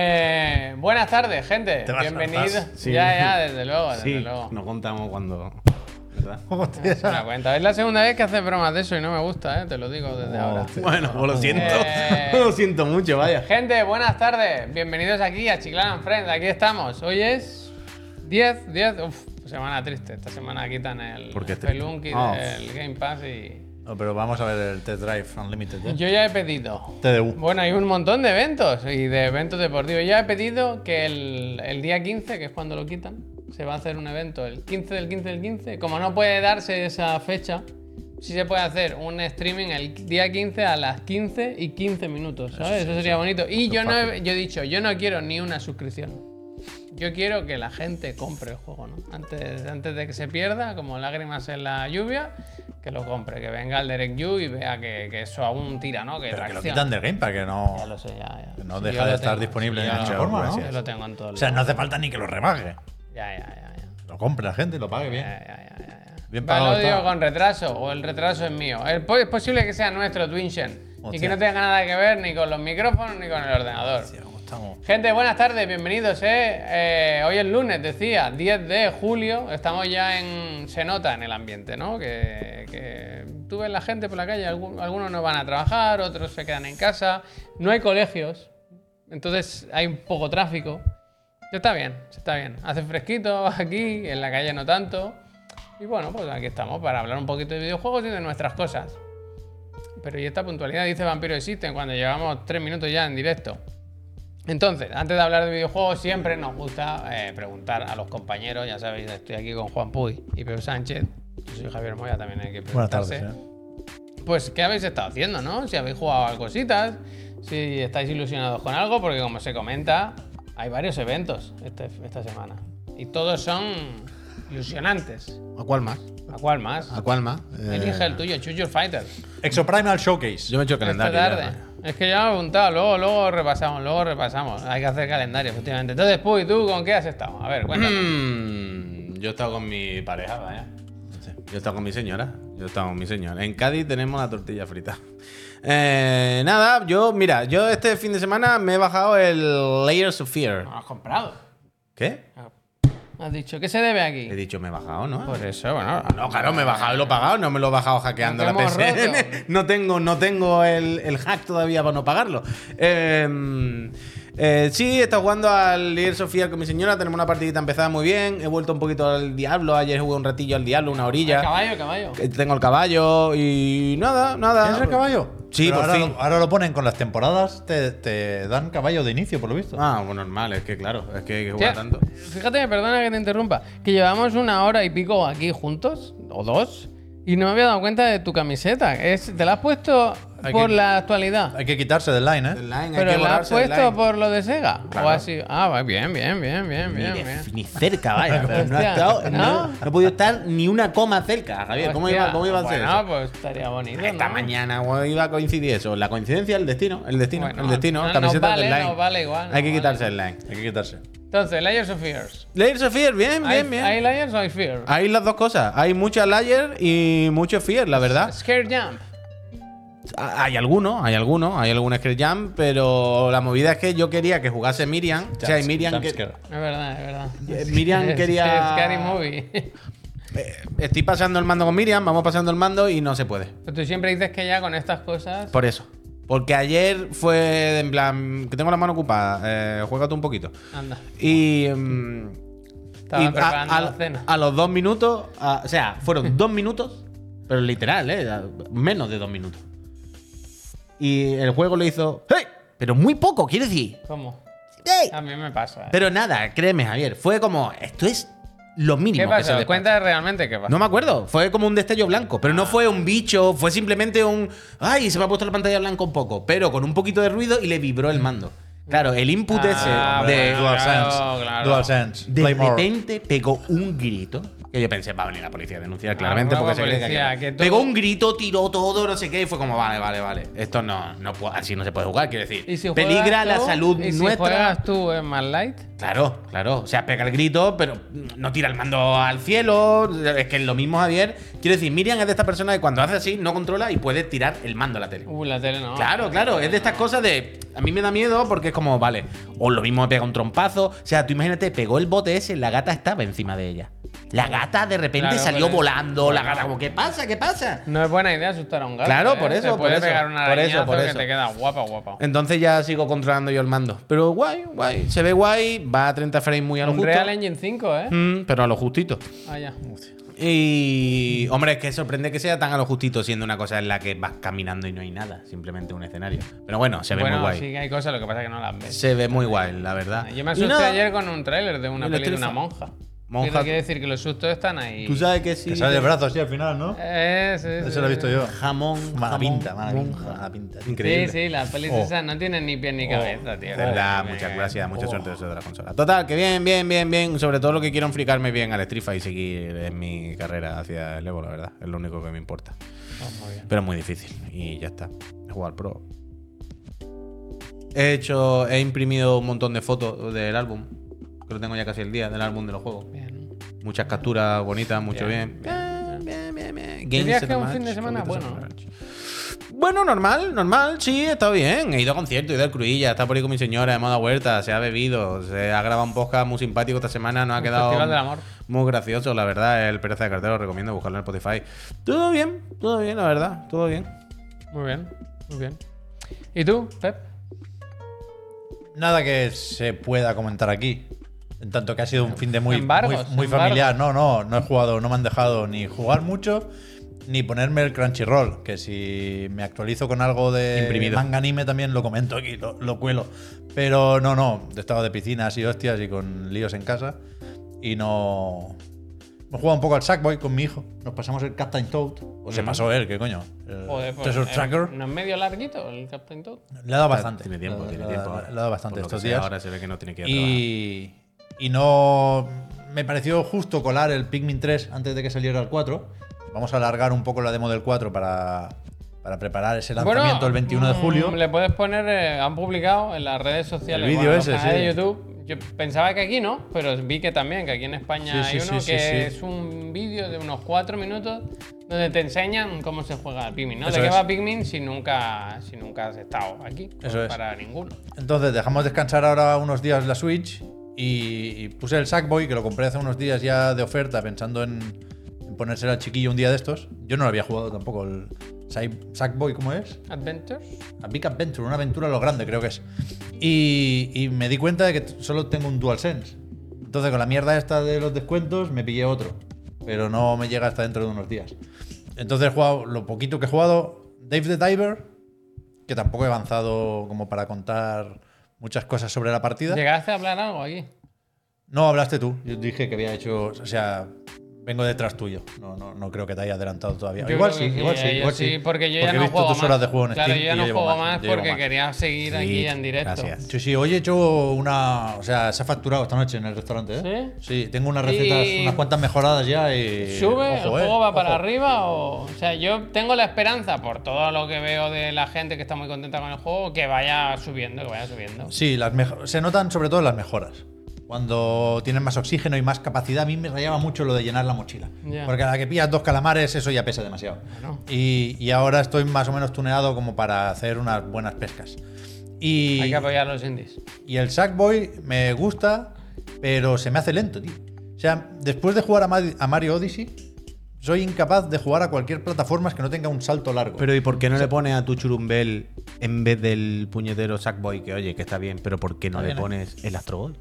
Eh, buenas tardes, gente. Te vas a Bienvenidos. hartar. Sí. Ya, ya, desde luego, desde Sí, luego. no contamos cuando. ¿Verdad? Se me da cuenta. Es la segunda vez que haces bromas de eso y no me gusta, eh, te lo digo desde ahora. Bueno, pues lo siento. Eh. Lo siento mucho, vaya. Gente, buenas tardes. Bienvenidos aquí a Chiclana and Friends. Aquí estamos. Hoy es 10, 10. Uf, semana triste. Esta semana quitan el ¿Por qué triste? Spelunky Ah. del Game Pass y. No, pero vamos a ver el Test Drive Unlimited. ¿eh? Yo ya he pedido. TDU. Bueno, hay un montón de eventos y de eventos deportivos. Yo he pedido que el, el día 15, que es cuando lo quitan, se va a hacer un evento. El 15 del 15 del 15. Como no puede darse esa fecha, sí se puede hacer un streaming el día 15 a las 15 y 15 minutos, ¿sabes? Eso, sería bonito. Y yo, no he, yo he dicho, yo no quiero ni una suscripción. Yo quiero que la gente compre el juego, ¿no? Antes, antes de que se pierda, como lágrimas en la lluvia, que lo compre, que venga el Derek Yu y vea que, que eso aún tira, ¿no? Que Pero que lo tracciona. quitan del Game Pack, que no, Ya lo sé, ya, ya. que no Sí, yo deja de lo estar tengo, disponible sí, en yo ninguna lo- forma, ¿no? Yo lo tengo en todos O sea, no lados. hace falta ni que lo rebaje. Ya, ya, ya, ya. Lo compra la gente y lo pague bien. Ya, ya, ya, ya, ya. Bien Va, pagado lo digo está. con retraso, o el retraso es mío. El po- es posible que sea nuestro Twinchen y que Hostia. no tenga nada que ver ni con los micrófonos ni con el ordenador. Hostia, ¿cómo estamos? Gente, buenas tardes, bienvenidos. ¿eh? Eh, hoy es lunes, decía, 10 de julio. Estamos ya en. Se nota en el ambiente, ¿no? Que, que tú ves la gente por la calle, algún- algunos no van a trabajar, otros se quedan en casa. No hay colegios, entonces hay un poco tráfico. Se está bien, se está bien. Hace fresquito aquí, en la calle no tanto. Y bueno, pues aquí estamos para hablar un poquito de videojuegos y de nuestras cosas. Pero y esta puntualidad dice Vampiro Existen cuando llevamos tres minutos ya en directo. Entonces, antes de hablar de videojuegos, siempre nos gusta eh, preguntar a los compañeros. Ya sabéis, estoy aquí con Juan Puy y Pedro Sánchez. Yo soy Javier Moya, también hay que Buenas tardes. preguntarse. ¿eh? Pues, ¿qué habéis estado haciendo, no? Si habéis jugado a cositas, si estáis ilusionados con algo, porque como se comenta, hay varios eventos este- esta semana. Y todos son ilusionantes. ¿A cuál más? ¿A cuál más? ¿A cuál más? Eh, Elige el tuyo, Choose Your Fighter. Exoprimal Showcase. Yo me he hecho Esta calendario. tarde. ya, ¿eh? vaya. Es que ya me he apuntado, luego, luego repasamos, luego repasamos. Hay que hacer calendario, efectivamente. Entonces, Puy, ¿tú con qué has estado? A ver, cuéntame. Mm, yo he estado con mi pareja, vaya. Yo he estado con mi señora. Yo he estado con mi señora. En Cádiz tenemos la tortilla frita. Eh, nada, yo, mira, yo este fin de semana me he bajado el Layers of Fear. ¿No has comprado? ¿Qué? Has dicho, ¿qué se debe He aquí? dicho, me he bajado, ¿no? Por Pues eso, bueno. Ah, No, claro, me he bajado y lo he pagado, no me lo he bajado hackeando Lo la que hemos roto. PSN. No tengo, no tengo el, el hack todavía para no pagarlo. Eh, eh, sí, he estado jugando al Leer Sofía con mi señora, tenemos una partidita empezada muy bien. He vuelto un poquito al Diablo, ayer jugué un ratillo al Diablo, una orilla. Caballo, caballo. Eh, Tengo el caballo y nada, nada. ¿Tienes el caballo? Sí, Pero por ahora, fin. Lo, ahora lo ponen con las temporadas, te, te dan caballo de inicio, por lo visto. Ah, bueno, normal, es que claro, es que hay que Che, jugar tanto. Fíjate, perdona que te interrumpa, que llevamos una hora y pico aquí juntos, o dos, y no me había dado cuenta de tu camiseta. Es, te la has puesto Hay por que- la actualidad. Hay que quitarse del line, ¿eh? Deadline, hay Pero que la has borrarse deadline. puesto por lo de Sega. Claro. O así. Ah, va, bien, bien, bien, bien, bien, Ni de- bien. Ni cerca, vaya. pero no, ha Hostia, estado- ¿no? no- no he podido estar ni una coma cerca, Javier. ¿Cómo Hostia, iba, cómo iba a ser bueno, eso? pues estaría bonito. Esta ¿no? mañana güey, iba a coincidir eso. La coincidencia, el destino. El destino, Bueno, el destino. no- nos camiseta vale, del line. nos vale igual, Hay nos que vale. quitarse el line. Hay que quitarse. Entonces, Layers of Fears. Layers of Fear, bien, ¿Hay- bien, Ah. bien. ¿Hay Hay, Layers o hay Fear? las dos cosas. Hay mucha layer y mucho fear, la verdad. Scare Jump. Ah, Hay alguno, hay alguno, hay algún Scare Jam, pero la movida es que yo quería que jugase Miriam. O sea, y Miriam que- Jumpscare. Es verdad, es verdad. Eh, Miriam Es- quería- es Scary Movie. Eh, Estoy pasando el mando con Miriam, vamos pasando el mando y no se puede. Pero Tú siempre dices que ya con estas cosas. Por eso. Porque ayer fue en plan, que tengo la mano ocupada, eh, juégate un poquito. Anda. Y. mm, Estaba y preparando a, la cena. a los dos minutos, a- o sea, fueron dos minutos, pero literal, ¿eh? a- Menos de dos minutos. Y el juego le hizo. ¡Hey! Pero muy poco, quiere decir. ¿Cómo? ¡Hey! A mí me pasa. ¿eh? Pero nada, créeme, Javier. Fue como. Esto es lo mínimo. ¿Qué que se pasa? le- Cuenta realmente qué pasa. No me acuerdo. Fue como un destello blanco. Pero Ah. no fue un bicho. Fue simplemente un. ¡Ay! Se me ha puesto la pantalla blanca un poco. Pero con un poquito de ruido y le vibró el mando. Claro, el input ese Ah, de. bueno. DualSense. claro, claro. DualSense. De Play more. repente pegó un grito. Que yo pensé, va a venir la policía a denunciar claramente bravo, porque se cree Ah, policía, que- que todo- Pegó un grito, tiró todo, no sé qué, y fue como, vale, vale, vale. Esto no, no pu- así no se puede jugar, quiero decir. ¿Y si juegas peligra la tú? salud ¿Y si nuestra. juegas tú en Mad Light? Claro, claro. O sea, pega el grito, pero no tira el mando al cielo. Es que es lo mismo, Javier. Quiero decir, Miriam es de esta persona que cuando hace así no controla y puede tirar el mando a la tele. Uh, la tele no. Claro, claro, es de estas cosas de. A mí me da miedo porque es como, vale, o lo mismo me pega un trompazo. O sea, tú imagínate, pegó el bote ese, la gata estaba encima de ella. La gata de repente Claro, salió por eso. volando, la gata como, ¿qué pasa? ¿Qué pasa? No es buena idea asustar a un gato. Claro, ¿eh? por eso, Te por puede eso, pegar un por eso, arañazo por que eso. te queda guapa, guapa. Entonces ya sigo controlando yo el mando. Pero guay, guay. Se ve guay, va a 30 frames muy a lo Un justo. Real Engine 5, ¿eh? Mm, pero a lo justito. Ah, ya. Y. Hombre, es que sorprende que sea tan a lo justito, siendo una cosa en la que vas caminando y no hay nada, simplemente un escenario. Pero bueno, se ve muy Bueno, guay. sí que hay cosas, lo que pasa es que no las ves. Ah, Se ve muy guay, la verdad. Yo me Y asusté nada, ayer con un tráiler de una Y la peli de una estrifa. monja. Monja. Monja. Quiere decir que los sustos están ahí. Tú sabes que sí. Que sale el brazo así al final, ¿no? Eh, sí, sí, Eso lo he sí. visto yo. Jamón. Mala jamón, pinta, mala pinta, monja. mala pinta. Increíble. Sí, sí, las pelis Oh. esas no tienen ni pies ni cabeza, tío. De verdad, Venga, muchas venga. gracias, mucha suerte eso de la consola. Total, que bien, bien, bien, bien. Sobre todo lo que quiero enfricarme bien al Strifa y seguir en mi carrera hacia el Evo, la verdad. Es lo único que me importa. Oh, Pero es muy difícil. Y ya está. Jugar pro. He hecho, he imprimido un montón de fotos del álbum. Que lo tengo ya casi el día, del álbum de los juegos. Bien. Muchas capturas bonitas, mucho bien. Bien, Bien, bien, bien. bien. Dirías at que the un fin match, de semana poquitos bueno. at the match. Bueno, normal, normal, sí, he estado bien. He ido a conciertos, he ido al Cruilla, he estado por ahí con mi señora, hemos dado vueltas, se ha bebido, se ha grabado un podcast muy simpático esta semana, nos ha quedado Festival del amor. muy gracioso, la verdad. El Pereza de Cartero, lo recomiendo, buscarlo en Spotify. Todo bien, todo bien, la verdad, todo bien. Muy bien, muy bien. ¿Y tú, Pep? Nada que se pueda comentar aquí. En tanto que ha sido un fin de muy, Embargos, muy, muy familiar. No, no, no he jugado, no me han dejado ni jugar mucho ni ponerme el Crunchyroll. Que si me actualizo con algo de Imprimido. manga anime también lo comento aquí, lo, lo cuelo. Pero no, no, he estado de piscinas y hostias y con líos en casa. Y no. Me jugado un poco al Sackboy con mi hijo. Nos pasamos el Captain Toad. O se Mm. pasó él, ¿qué coño? El Joder, pues, Treasure eh, Tracker. ¿No es medio larguito el Captain Toad? Le ha dado bastante. Tiene tiempo, Le ha- tiene le ha- tiempo. Le ahora. ha dado bastante Por lo que estos sea, días. Ahora se ve que no tiene que ir a trabajar. Y, y no. Me pareció justo colar el Pikmin 3 antes de que saliera el 4. Vamos a alargar un poco la demo del 4 para, para preparar ese lanzamiento el 21 de mm, julio. Le puedes poner, eh, han publicado en las redes sociales. El vídeo bueno, los ese, canales sí. de YouTube. Yo pensaba que aquí no, pero vi que también, que aquí en España Sí, sí, hay uno sí, que sí, sí. es un vídeo de unos cuatro minutos donde te enseñan cómo se juega al Pikmin, ¿no? Eso ¿De qué es. va Pikmin si nunca, si nunca has estado aquí? Eso es. Para ninguno. Entonces dejamos descansar ahora unos días la Switch y, y puse el Sackboy, que lo compré hace unos días ya de oferta, pensando en, en ponérselo al chiquillo un día de estos. Yo no lo había jugado tampoco, el Sack- Sackboy, ¿cómo es? ¿Adventures? A Big Adventure, una aventura a lo grande, creo que es. Y, y me di cuenta de que t- solo tengo un DualSense. Entonces, con la mierda esta de los descuentos, me pillé otro. Pero no me llega hasta dentro de unos días. Entonces, he jugado lo poquito que he jugado, Dave the Diver, que tampoco he avanzado como para contar muchas cosas sobre la partida. ¿Llegaste a hablar algo aquí? No hablaste tú. Yo dije que había hecho. O sea. Vengo detrás tuyo. No, no, no creo que te haya adelantado todavía. Yo igual creo sí, que eh, igual sí, yo igual sí. Porque yo ya he no visto juego tus más. horas de juego en Claro, Steam yo ya y no llevo juego más, más yo llevo porque más. quería seguir aquí Sí, en directo. gracias. Sí, sí, hoy he hecho una. O sea, se ha facturado esta noche en el restaurante, ¿eh? Sí, tengo unas recetas, Y- unas cuantas mejoradas ya y. ¿Sube? ¿El Ojo, eh, juego va para ojo. arriba? O... o sea, yo tengo la esperanza, por todo lo que veo de la gente que está muy contenta con el juego, que vaya subiendo, que vaya subiendo. Sí, las mejo- se notan sobre todo las mejoras. Cuando tienes más oxígeno y más capacidad, a mí me rayaba mucho lo de llenar la mochila. Ya. Porque a la que pillas dos calamares, eso ya pesa demasiado. Bueno. Y, y ahora estoy más o menos tuneado como para hacer unas buenas pescas. Y, Hay que apoyar a los indies. Y el Sackboy me gusta, pero se me hace lento, tío. O sea, después de jugar a, Mari- a Mario Odyssey, soy incapaz de jugar a cualquier plataforma que no tenga un salto largo. Pero ¿y por qué no le pones a tu churumbel en vez del puñetero Sackboy? Que oye, que está bien, pero ¿por qué no Está le bien, ¿eh? pones el Astrobot?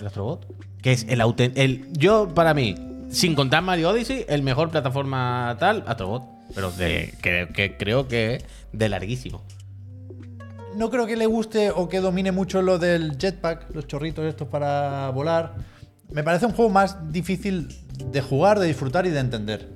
El Astrobot. Que es el auténtico. El, yo, para mí, sin contar Mario Odyssey, el mejor plataforma tal, Astrobot. Pero de, que, que creo que es de larguísimo. no creo que le guste o que domine mucho lo del jetpack, los chorritos estos para volar. Me parece un juego más difícil de jugar, de disfrutar y de entender.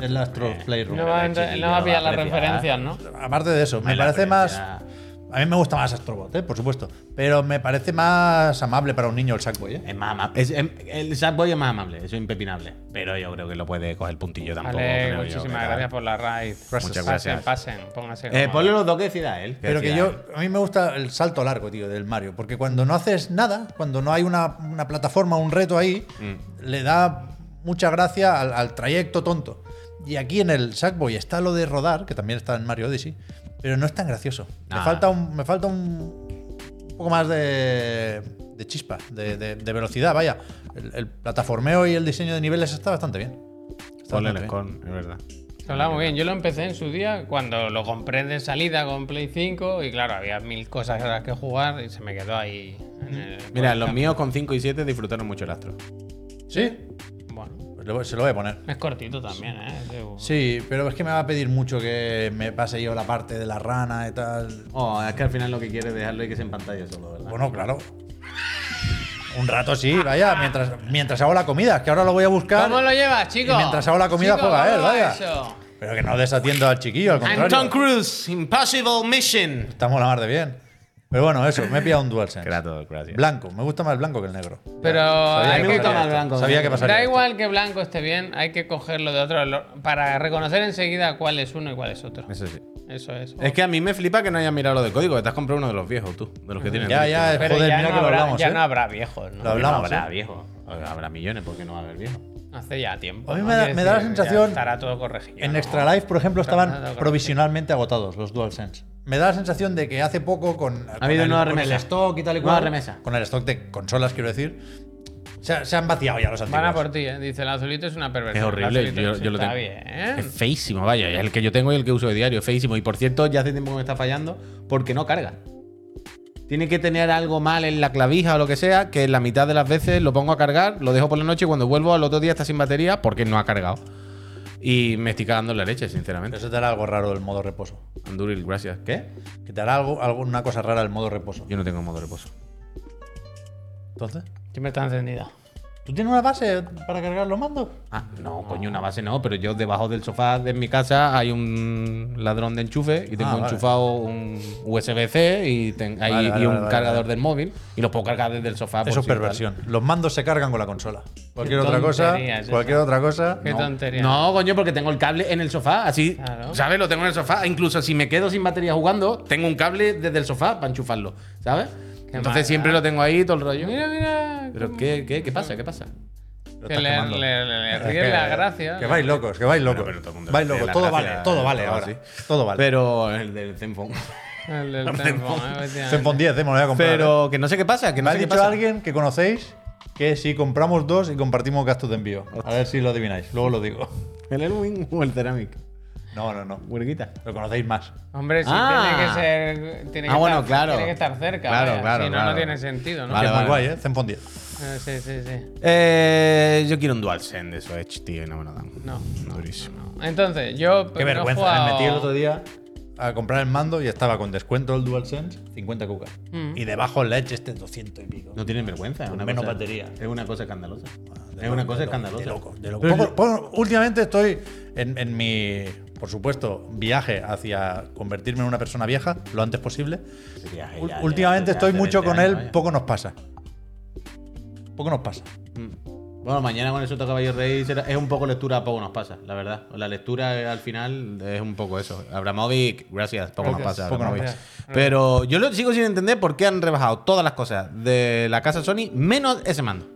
El Astro Playroom. No va, a chiquillo, entra- no va a pillar va a las apreciar. referencias, ¿no? Aparte de eso, me La parece más presencia- A mí me gusta más Astrobot, ¿eh? por supuesto. Pero me parece más amable para un niño el Sackboy. ¿eh? Es más amable. Es- em- el Sackboy es más amable, eso es impepinable. Pero yo creo que lo puede coger puntillo tampoco. Vale, creo yo, que muchísimas tal. gracias por la raid. Muchas Pasen, gracias. pasen, pónganse. Eh, cómodos. ponle los dos que decida él. Pero que decida yo, a mí me gusta el salto largo, tío, del Mario. Porque cuando no haces nada, cuando no hay una, una plataforma, un reto ahí, Mm. le da mucha gracia al, al trayecto tonto. Y aquí en el Sackboy está lo de rodar, que también está en Mario Odyssey, pero no es tan gracioso. Me Ah. falta un, me falta un, un poco más de, de chispa, de, de- de velocidad, vaya. El, el plataformeo y el diseño de niveles está bastante bien. él. Está bastante Ponle el bien. Scorn, es verdad. Lo hablaba muy bien. Yo lo empecé en su día cuando lo compré de salida con Play 5 y claro, había mil cosas a las que jugar y se me quedó ahí. en el- Mira, los míos con 5 y 7 disfrutaron mucho el astro. ¿Sí? Bueno, Pues le voy- se lo voy a poner. es cortito también, ¿eh? Este- Sí, pero es que me va a pedir mucho que me pase yo la parte de la rana y tal. Oh, es que al final lo que quiere es dejarlo y que se en pantalla solo, ¿verdad? Bueno, claro. Un rato sí, vaya, mientras, mientras hago la comida, es que ahora lo voy a buscar. ¿Cómo lo llevas, chicos? Y mientras hago la comida Chicos, juega él, ¿cómo va vaya. eso? Pero que no desatiendo al chiquillo, al I'm Tom contrario. Cruise, Impossible Mission. Estamos la mar de bien. Pero bueno, eso, me he pillado un DualSense. Grato, gracias. Blanco, me gusta más el blanco que el negro. Pero Sabía hay que que pasaría tomar esto, blanco. Sabía que pasaría Da esto. igual que blanco esté bien, hay que cogerlo de otro lo- para reconocer enseguida cuál es uno y cuál es otro. Eso sí. Eso es. Es que a mí me flipa que no hayas mirado lo de código, que te has comprado uno de los viejos, tú. De los que tienen. Ya, el ya, Cristo. Pero joder, ya, no mira que lo habrá, hablamos, ya ¿eh. no habrá viejos, ¿no? Lo hablamos, No habrá ¿eh? viejos. Habrá millones, porque no va a haber viejos. Hace ya tiempo. A mí ¿no? me da- Quiero me da la decir, sensación- ya Estará todo corregido. En ¿no? Extra Life, por ejemplo, nada, estaban claro. provisionalmente agotados los DualSense. Me da la sensación de que hace poco con, con habido el, nueva con el remesa. stock y tal y Nueva cual, remesa. con el stock de consolas, quiero decir, se, se han vaciado ya los antiguos. Van a por ti, ¿eh? Dice, el azulito es una perversión. Es horrible, El azulito yo, sí yo lo está tengo. bien. Es feísimo, vaya, es el que yo tengo y el que uso de diario, es feísimo. Y por cierto, ya hace tiempo que me está fallando porque no carga. Tiene que tener algo mal en la clavija o lo que sea, que la mitad de las veces lo pongo a cargar, lo dejo por la noche y cuando vuelvo al otro día está sin batería porque no ha cargado. Y me estoy cagando en la leche, sinceramente. Eso te hará algo raro el modo reposo. Anduril, gracias. ¿Qué? Que te hará algo, alguna cosa rara el modo reposo. Yo no tengo modo reposo. Entonces, Siempre está encendido. ¿tú tienes una base para cargar los mandos? Ah, no, coño, una base no, pero yo debajo del sofá de mi casa hay un ladrón de enchufe y tengo Ah, vale. enchufado un USB-C y, ten- ahí- Vale, vale, y un vale, vale, cargador vale. del móvil y lo puedo cargar desde el sofá. pues Eso por es si tal. perversión. Los mandos se cargan con la consola. Cualquier Qué otra cosa, tontería es cualquier eso. otra cosa. Qué no. tontería. No, coño, porque tengo el cable en el sofá, así, Claro. ¿sabes? Lo tengo en el sofá. Incluso si me quedo sin batería jugando, tengo un cable desde el sofá para enchufarlo, ¿sabes? Entonces maldad. siempre lo tengo ahí todo el rollo. Mira, mira. ¿Pero qué, qué, qué pasa? ¿Qué pasa? Lo Que estás le, quemando. le, le, Es le ríen que- la gracia. eh, Que vais locos, que vais locos. pero todo el mundo vais le ríe locos, la todo gracia vale, todo a vale todo ahora. así. Todo vale. Pero el del Zenfone. El del tempo, ¿eh? Se pon 10, eh, me lo voy a comprar. eh. Pero que no sé qué pasa, que me no ha sé qué dicho pasa. alguien que conocéis que si compramos dos y compartimos gastos de envío. A ver si lo adivináis, luego lo digo. ¿El Elwin o el Ceramic? No, no, no. Huerguita. Lo conocéis más. Hombre, sí, Ah. tiene que ser. Tiene que Ah, bueno, estar, claro. Tiene que estar cerca. Claro, vaya. claro, Si no, claro. no tiene sentido, ¿no? Vale, que es muy vale. guay, ¿eh? Zenfone 10. Eh, Sí, sí, sí. Eh, yo quiero un DualSense de Switch, tío, y no me lo dan. No. Durísimo. Entonces, yo. Qué Pues no he vergüenza. eh, jugado- Me metí el otro día a comprar el mando y estaba con descuento el DualSense, 50 cucas. Mm. Y debajo el Edge este 200 y pico. No tienen vergüenza. Es una Menos cosa- batería. Ah, Es una cosa escandalosa. De es lo- una de cosa lo- escandalosa. de loco, de loco. Pero- Poco- poco- últimamente estoy en, en mi, por supuesto, viaje hacia convertirme en una persona vieja lo antes posible. Ese viaje Ul- ya- ya- últimamente ya estoy hace mucho 20 con años, él, vaya. poco nos pasa. Poco nos pasa. Mm. Bueno, mañana con el Soto Caballo Rey será- es un poco lectura, poco nos pasa, la verdad. La lectura eh, al final es un poco eso. Abramovic, gracias, poco nos Gracias, pasa. poco nos Abramovich. pasa. Pero yo lo sigo sin entender por qué han rebajado todas las cosas de la casa Sony menos ese mando.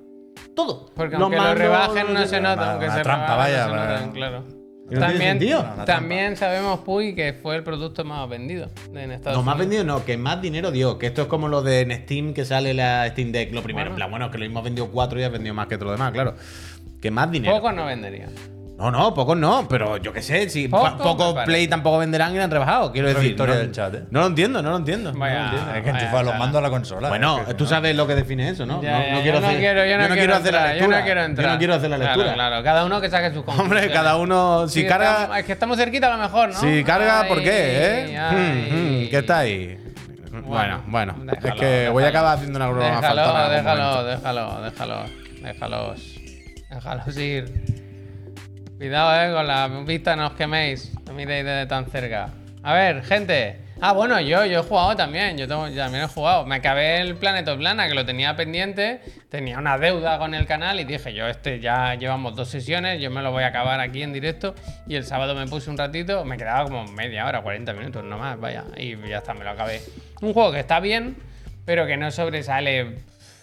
Todo. Porque Los aunque lo mandos, rebajen no los- se una- nota, aunque una se trampa, rebajen, vaya, no se para- notan, claro. tiene También, sentido. No, una también sabemos, Puy, que fue el producto más vendido en Estados No, Unidos. más vendido no, que más dinero dio. Que esto es como lo de en Steam que sale la Steam Deck. Lo primero, en plan, bueno, que lo mismo has vendido cuatro y has vendido más que todo lo demás, claro. Que más dinero. Pocos no vendería. No, no, pocos no, pero yo qué sé, si Poco pa- pocos me parece. Play tampoco venderán y lo han rebajado. Quiero Otra decir, victoria no, del chat, ¿eh? no lo entiendo, no lo entiendo. no lo Vaya. entiendo. Hay que vaya, enchufar los ya. mandos a la consola. Bueno, es que tú no. sabes lo que define eso, ¿no? Ya, No- ya, no yo, hacer- no quiero, yo no quiero hacer la entrar, yo lectura. no quiero entrar. Yo no quiero hacer la Claro, lectura. Claro, cada uno que saque sus conclusiones. Hombre, cada uno, si Sí, carga, estamos- es que estamos cerquita a lo mejor, ¿no? si carga, ¿por Ay, qué? ¿eh? ay. Hmm, hmm, ¿Qué está ahí? Bueno, bueno, es déjalo, que voy a acabar haciendo una broma Déjalo, faltona en algún déjalo, momento. déjalo, déjalo, déjalos, déjalos ir. Cuidado, eh, con la vista no os queméis, no miréis desde tan cerca. A ver, gente, Ah, bueno, yo, yo he jugado también, yo tengo- yo también he jugado. Me acabé el Planet Plana, que lo tenía pendiente, tenía una deuda con el canal y dije, yo este ya llevamos dos sesiones, yo me lo voy a acabar aquí en directo. Y el sábado me puse un ratito, me quedaba como media hora, 40 minutos nomás, vaya, y ya está, me lo acabé. Un juego que está bien, pero que no sobresale.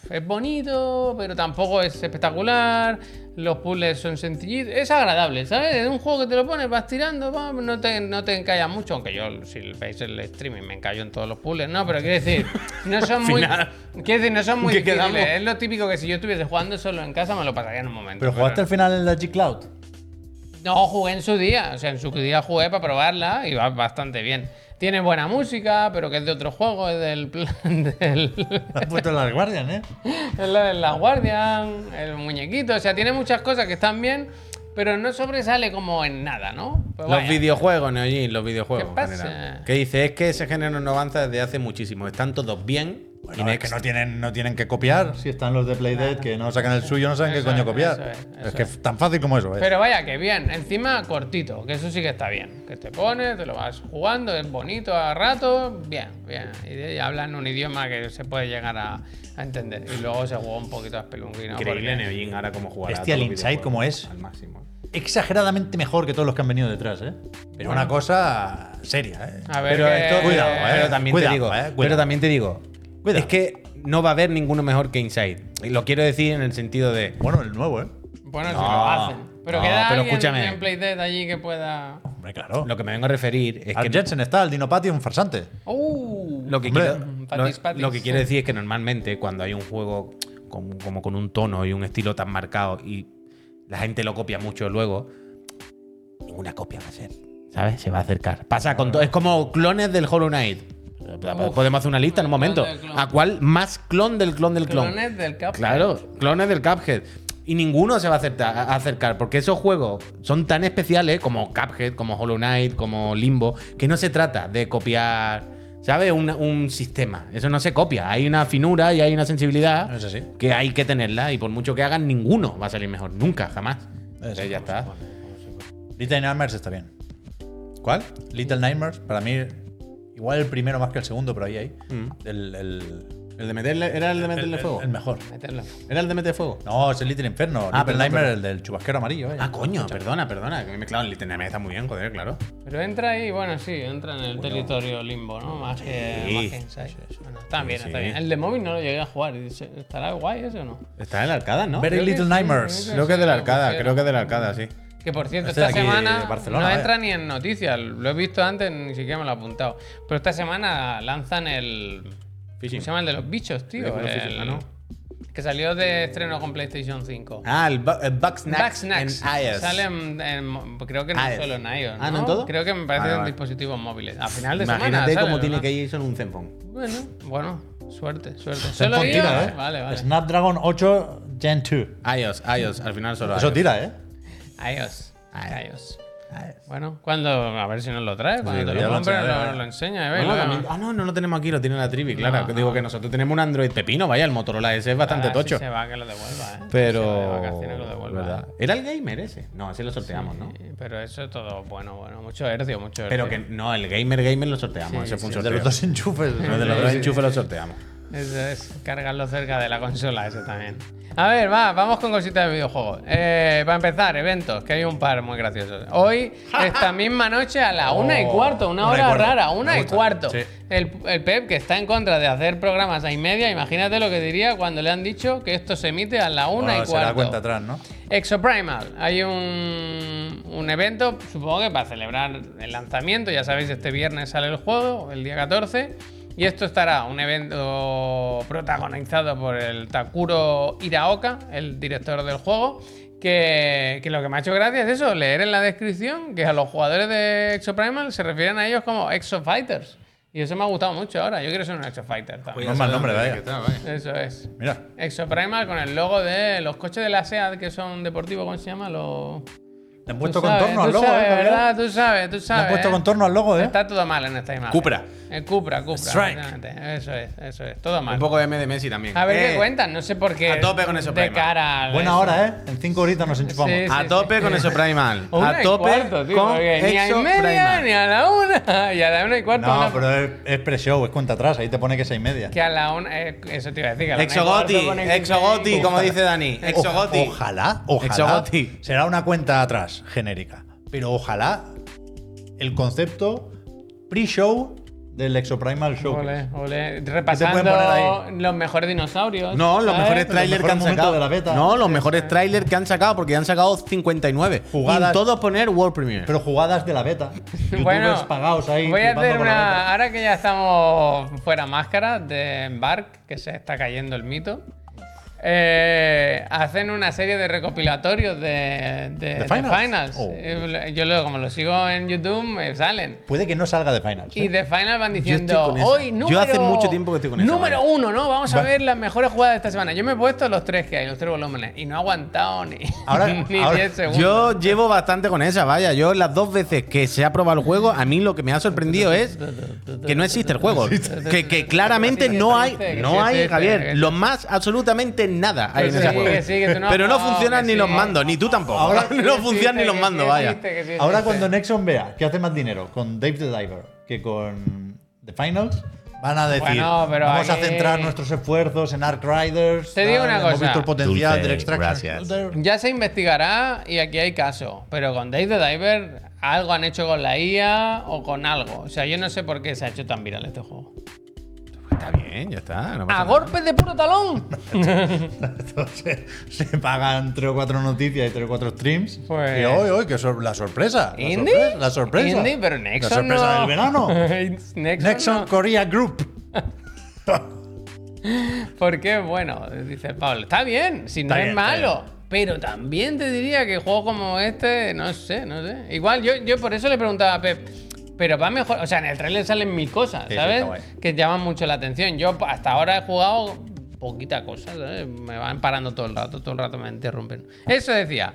Es bonito, pero tampoco es espectacular. Los puzzles son sencillitos. Es agradable, ¿sabes? Es un juego que te lo pones, vas tirando, va, no te, no te encalla mucho. Aunque yo, si veis el streaming, me encallo en todos los puzzles. No, pero quiero decir, no son muy. Final. Quiero decir, no son muy ¿Qué difíciles. quedamos? Es lo típico que si yo estuviese jugando solo en casa me lo pasaría en un momento. Pero jugaste al final en la G-Cloud. No, jugué en su día. O sea, en su día jugué para probarla y va bastante bien. Tiene buena música, pero que es de otro juego, es del. plan del Has puesto en las guardias, ¿eh? Es la de la Guardian, el muñequito, o sea, tiene muchas cosas que están bien, pero no sobresale como en nada, ¿no? Pues Los vaya. videojuegos, Neojin, los videojuegos. ¿Qué en pasa? general. Que dice, es que ese género no avanza desde hace muchísimo. Están todos bien. y Bueno, es next. que no tienen, no tienen que copiar. Si están los de Playdead que no sacan el suyo, no saben Eso qué coño es, copiar. eso es, es, eso que es. tan fácil como eso, ¿eh? Pero vaya, que bien, encima cortito, que eso sí que está bien. Que te pones, te lo vas jugando, es bonito a rato, bien, bien. Y de- hablan un idioma que se puede llegar a, a entender. Y luego se jugó un poquito a Spelunky, ¿no? Increíble Porque- Ah, Neojin ahora como jugará. Bestia, todos el los Inside cómo videojuegos es. Al máximo. ¿eh? Exageradamente mejor que todos los que han venido detrás, ¿eh? Pero una cosa seria, ¿eh? A ver, Pero que- esto, Cuidado, eh. pero también Cuidado, te digo, eh, cuidado. pero también te digo, Cuidado. es que no va a haber ninguno mejor que Inside. Y lo quiero decir en el sentido de, Bueno, el nuevo, ¿eh? Bueno, No, si lo hacen. Pero no, queda pero alguien escúchame. en Playdead allí que pueda. Hombre, claro. lo que me vengo a referir es Al que Jensen está, el Dinopatio, un farsante. ¡Uh! lo que, Hombre. quiero, Patis, lo- patis. lo que quiero decir es que normalmente cuando hay un juego con- como con un tono y un estilo tan marcado y la gente lo copia mucho luego, ninguna copia va a ser. ¿Sabes? Se va a acercar. Pasa con todo. Es como clones del Hollow Knight. Podemos hacer una lista en un un montón momento. de clones. ¿A cuál más clon del clon del clon? Clones del Cuphead. Claro, clones del Cuphead. Y ninguno se va a acertar- a acercar, porque esos juegos son tan especiales como Cuphead, como Hollow Knight, como Limbo, que no se trata de copiar, ¿sabes? Un, un sistema. Eso no se copia. Hay una finura y hay una sensibilidad Eso sí. que hay que tenerla. Y por mucho que hagan, ninguno va a salir mejor. Nunca, jamás. Eso Entonces ya está. Little Nightmares está bien. ¿Cuál? Little Nightmares, para mí, igual el primero más que el segundo, pero ahí hay. El, el, El de meterle, era Mm. el de meterle el- el mejor. Meterlo. Era el de meter fuego. No, es el Little Inferno. Ah, Little perdón, Nightmares, perdón. el del chubasquero amarillo. eh. vaya. Ah, coño, perdona, perdona. Que me he mezclado en Little Nightmares. Está muy bien, joder, claro. Pero entra ahí, bueno, sí, entra en el territorio limbo, ¿no? Más que, Sí, más que Inside. Bueno, está bien, sí. está bien. El de móvil no lo llegué a jugar. y dice, ¿Estará guay ese o no? Está en la arcada, ¿no? Very creo que Little sí, Nightmares. creo Creo que es de la Sí, arcada, porque- creo que es de la arcada, sí. Que por cierto, Este de esta aquí, semana de Barcelona, eh. no vaya. entra ni en noticias. Lo he visto antes, ni siquiera me lo he apuntado. Pero esta semana lanzan el. Fishing. ¿Cómo se llama el de los bichos, tío? Regular El- Fishing, ah, ¿no? Que salió de estreno con PlayStation 5. Ah, el, bu el Bug Snacks Back Snacks. en iOS. Sale en, en- creo que no iOS. solo en iOS. Ah, ¿no en todo? Creo que me parece Vale, en vale. dispositivos móviles. A final de semana. Imagínate sale, cómo tiene ¿verdad? que ir en un Zenfone. Bueno, bueno, suerte, suerte. Son ¿Solo tira, iOS? ¿eh? Vale, vale. Snapdragon 8 Gen 2. iOS, iOS, al final solo Eso iOS. tira, ¿eh? iOS. iOS. Bueno, cuando, a ver si nos lo trae, cuando te ya lo lo compre, enseñaré, lo- vale. nos lo enseña. eh, ve, Bueno, lo también- vemos. ah, no, no lo tenemos aquí, lo tiene la Trivi, claro. No, Digo que nosotros tenemos un Android pepino, vaya, el Motorola ese es bastante Ahora, si tocho. se va, que lo devuelva, ¿eh? Pero. Si se va de vacaciones, que lo devuelva. ¿eh? ¿verdad? Era el gamer ese. No, ese lo sorteamos, ¿no? Sí, Pero eso es todo bueno, bueno. Mucho hercio, mucho hercio. Pero que no, el gamer gamer lo sorteamos. Sí, ese fue un sí. De sorteo. los dos enchufes. Lo de los Sí, dos sí, enchufes lo sorteamos. Eso es, cargarlo cerca de la consola, eso también. A ver, va, vamos con cositas de videojuegos. Eh, para empezar, eventos, que hay un par muy graciosos. Hoy, esta misma noche, a la una y Oh, cuarto, una una y hora cuarto. rara, Me una y gusta, cuarto. sí. El, el Pep, que está en contra de hacer programas a y media, imagínate lo que diría cuando le han dicho que esto se emite a la una Bueno, y Ah, se da cuenta cuarto. atrás, ¿no? Exoprimal, hay un, un evento, supongo que para celebrar el lanzamiento, ya sabéis, este viernes sale el juego, el día 14, y esto estará un evento protagonizado por el Takuro Iraoka, el director del juego, que, que lo que me ha hecho gracia es eso, leer en la descripción que a los jugadores de Exoprimal se refieren a ellos como Exofighters, y eso me ha gustado mucho ahora, yo quiero ser un Exofighter también. No es mal nombre, vaya. Eso es. Mira. Exoprimal con el logo de los coches de la SEAT que son deportivos, ¿cómo se llama? Los Le han Tú puesto sabes, contorno al tú logo, sabes, eh, cabrón. ¿verdad? Tú sabes, tú Le sabes. han puesto ¿eh? contorno al logo, eh. Está todo mal en esta imagen. Cupra. El Cupra, Cupra. Strike. exactamente. Eso es, eso es. Todo mal. Un poco de M de Messi también. A ver Eh, qué cuentan, no sé por qué. A tope con esos De Prima. cara a Buena eso. hora, eh. En cinco horitas nos enchufamos. Sí, A tope con eso Primal. O una A y tope cuarto, tío, con porque Ni a Exo y media, Primal. ni a la una. Y a la una y cuarto. No, una- pero es, es pre-show, es cuenta atrás, ahí te pone que es seis y media. Que a la una. eh, eso te iba a decir. que a la una y Exogoti, cuarto ponen- Exogoti, como dice Dani. O- Exogoti. Ojalá, ojalá. Exogoti. Será una cuenta atrás, genérica. Pero ojalá el concepto pre-show del Exoprimal Show. Olé, olé. pueden poner Repasando ahí? los mejores dinosaurios. No, los ¿sabes? mejores trailers que mejores han momentos sacado. de la beta. No, los mejores trailers que han sacado, porque ya han sacado 59. Jugadas. Y en todos poner World Premiere. Pero jugadas de la beta. Youtubers Bueno, pagados ahí. voy a flipando hacer con la beta. una. Ahora que ya estamos fuera máscara de Embark, que se está cayendo el mito. eh, hacen una serie de recopilatorios de, de, de finals? finals. Oh. Eh, Yo luego, como lo sigo en YouTube, me salen. Puede que no salga de Finals. Y ¿eh? de Final van estoy diciendo, con esa. hoy Yo número... hace mucho tiempo que estoy con esa, Número vale. uno, ¿no? Vamos a Va- ver las mejores jugadas de esta semana. Yo me he puesto los tres que hay, los tres volúmenes, y no he aguantado ni, Ahora- ni ahora- 10 segundos. Yo llevo bastante con esa, vaya. Yo las dos veces que se ha probado el juego, a mí lo que me ha sorprendido es que no existe el juego. Que, que claramente no hay, no hay, Javier, lo más absolutamente nada hay en Que ese sí, que juego. sí, que tú no has Pero no jugado, funcionan que ni sí. los mandos, ni tú tampoco. Ahora Que no sí funcionan ni existe, los que mandos, sí vaya. existe, que sí Ahora existe. cuando Nexon vea que hace más dinero con Dave the Diver que con The Finals, van a decir, Bueno, pero vamos a aquí- centrar nuestros esfuerzos en Ark Riders. Te digo tal, una Hemos cosa. visto el potencial Dulce, del Extraction. gracias. Shooter". Ya se investigará y aquí hay caso. Pero con Dave the Diver algo han hecho con la IA o con algo. O sea, yo no sé por qué se ha hecho tan viral este juego. Está bien, ya está. no pasa ¡A nada. golpes de puro talón! Entonces se pagan tres o cuatro noticias y tres o cuatro streams. Pues- Y hoy, hoy, que sor- la sorpresa. La ¿Indie? sorpresa. La sorpresa. Indie, pero La Nexon sorpresa no. del verano. Nexon, Nexon no. Korea Group. Porque, bueno, dice Pablo, está bien, si no Está es bien, está malo. Pero también te diría que juegos como este, no sé, no sé. Igual yo, yo por eso le preguntaba a Pep, pero va mejor. O sea, en el trailer salen mil cosas, Sí, sí, ¿sabes? está guay. que llaman mucho la atención. Yo hasta ahora he jugado poquita cosa, ¿sabes? Me van parando todo el rato, todo el rato me interrumpen. Eso decía.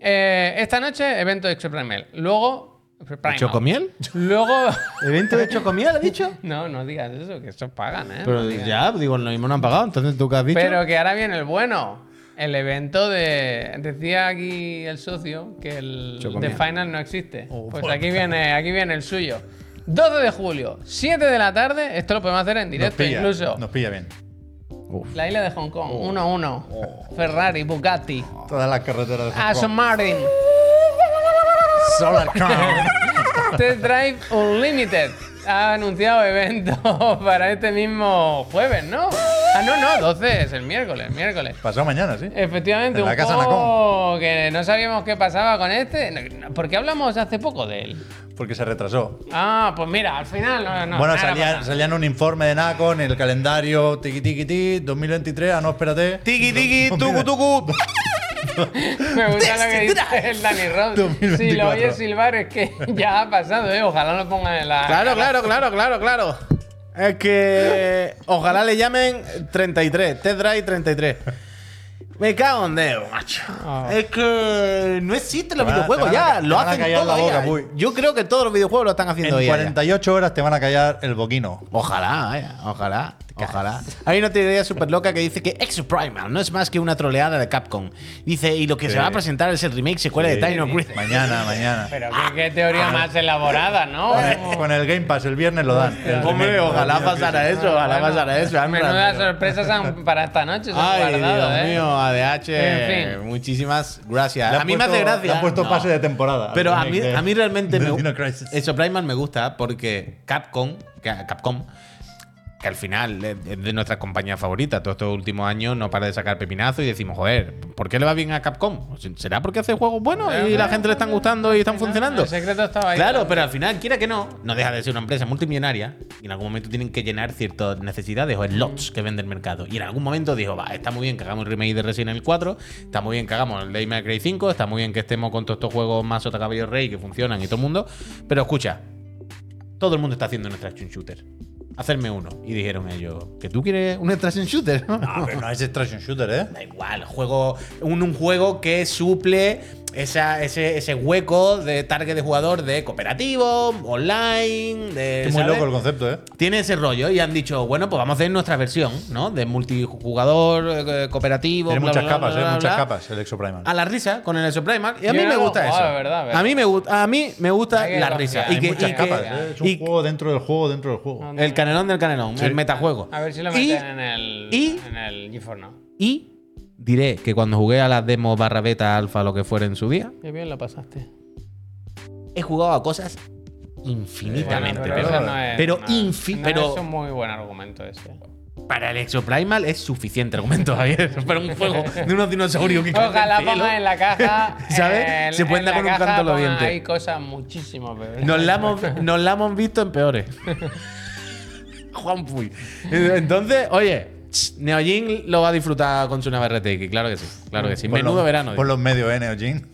eh, esta noche, evento de Exoprimal. Luego. Primal. ¿Chocomiel? Luego. ¿Evento de Chocomiel, ha dicho? No, no digas eso, que eso pagan, ¿eh? No Pero digas. ya, digo, lo mismo no han pagado, entonces tú qué has dicho. Pero que ahora viene el bueno. El evento de. Decía aquí el socio que el Chocomía. The Final no existe. Oh, pues por aquí viene, aquí viene el suyo. 12 de julio, 7 de la tarde. Esto lo podemos hacer en Nos directo pilla, incluso. nos Oh. pilla bien. Uf. La isla de Hong Kong, 1-1. Oh. Ferrari, Bugatti, Todas las carreteras de Hong Aston Kong. Martin, Solar Crown. Test Drive Unlimited. Ha anunciado evento para este mismo jueves, ¿no? Ah, no, no, 12 es el miércoles, miércoles. Pasado mañana, sí. Efectivamente, En la un casa juego que no sabíamos qué pasaba con este. Porque hablamos hace poco de él. Porque se retrasó. Ah, pues mira, al final no, no, bueno, nada salía, pasa. salían un informe de Nacon, el calendario tiqui tiqui ti, 2023, ah no, espérate. Tiki tiki, tucu tucu. Me gusta lo que dice el Danny Ross. Si lo 2024. oyes silbar es que ya ha pasado, ¿eh? Ojalá lo pongan en la... Claro, claro, claro, claro, claro. Es que ojalá le llamen 33, Test Drive 33. Me cago en Deo, macho. Ah. Es que no existen los Te van a- videojuegos te van a ya, ca- te lo van a hacen callar la todo boca, ya. Puy. Yo creo que todos los videojuegos lo están haciendo En ya, ya. 48 horas te van a callar el boquino. Ojalá, vaya, ojalá, ojalá. Hay una teoría súper loca que dice que Exo Primal no es más que una troleada de Capcom. Dice, y lo que Sí. se va a presentar es el remake secuela de Dino Crisis. Mañana, mañana. Pero qué, qué Ah, teoría más elaborada, ¿no? Con el, con el Game Pass, el viernes lo dan. El Hombre, remake. ojalá pasara eso, ojalá Bueno, pasara eso. Ambra, Menudas pero- sorpresas han- para esta noche. se han Ay, guardado, Dios ¿eh? mío, ADH. En fin. Muchísimas Le gracias. han A mí puesto- me hace gracia. Le han puesto No. pase de temporada. al Pero a mí, remake de- a mí realmente de me Dino Crisis. Eso Primal me gusta porque Capcom, ca- Capcom, que al final es es de nuestras compañías favoritas, todos estos últimos años no para de sacar pepinazo y decimos, joder, ¿por qué le va bien a Capcom? ¿Será porque hace juegos buenos y la gente le están gustando y están funcionando? Ah, El secreto estaba ahí. Claro, pero al final, quiera que no, no deja de ser una empresa multimillonaria y en algún momento tienen que llenar ciertas necesidades o slots que vende el mercado. Y en algún momento dijo, va, está muy bien que hagamos el remake de Resident Evil 4, está muy bien que hagamos el Day May Cry 5, está muy bien que estemos con todos estos juegos más Sota Caballo Rey que funcionan y todo el mundo. Pero escucha, todo el mundo está haciendo un extraction shooter. Hacerme uno. Y dijeron ellos, ¿que tú quieres un extraction shooter? Ah, pero no es extraction shooter, ¿eh? Da igual, juego, un, un juego que suple esa- ese, ese hueco de target de jugador de cooperativo, online, de. Es muy ¿sabes? loco el concepto, ¿eh? Tiene ese rollo y han dicho, bueno, pues vamos a hacer nuestra versión, ¿no? De multijugador, eh, cooperativo. Tiene bla, bla, muchas bla, capas, bla, ¿eh? bla, Muchas bla. capas el Exoprimal. A la risa con el Exoprimal. Y a Yo mí no me lo he gusta eso. jugado, de verdad, pero- a, mí me gu- a mí me gusta Hay que la risa. confiar, Y hay que, muchas y que- capas, ¿eh? Es un y- juego dentro del juego, dentro del juego. el canelón del canelón, el metajuego. A ver si lo Y- meten en el. y- en el GeForce Now. Y diré que cuando jugué a las demos barra beta alfa, lo que fuera en su día, Qué bien lo pasaste. he jugado a cosas infinitamente Bueno, peores. pero- pero no, infi- no pero- es un muy buen argumento ese. Para el Exoprimal es suficiente argumento, Javier. Para un juego de unos dinosaurios que caen Ojalá del cielo. pongan en la caja. eh, ¿Sabes? en- Se pueden en dar la con un caja canto en los pongan dientes. Hay cosas muchísimo peores. Nos la hemos, nos la hemos visto en peores. Juan Puy. Entonces, oye, ch, Neojin lo va a disfrutar con su nave RTX, claro que sí. Claro que sí. Por Menudo los- Por verano. digo. los medios, ¿eh, Neojin?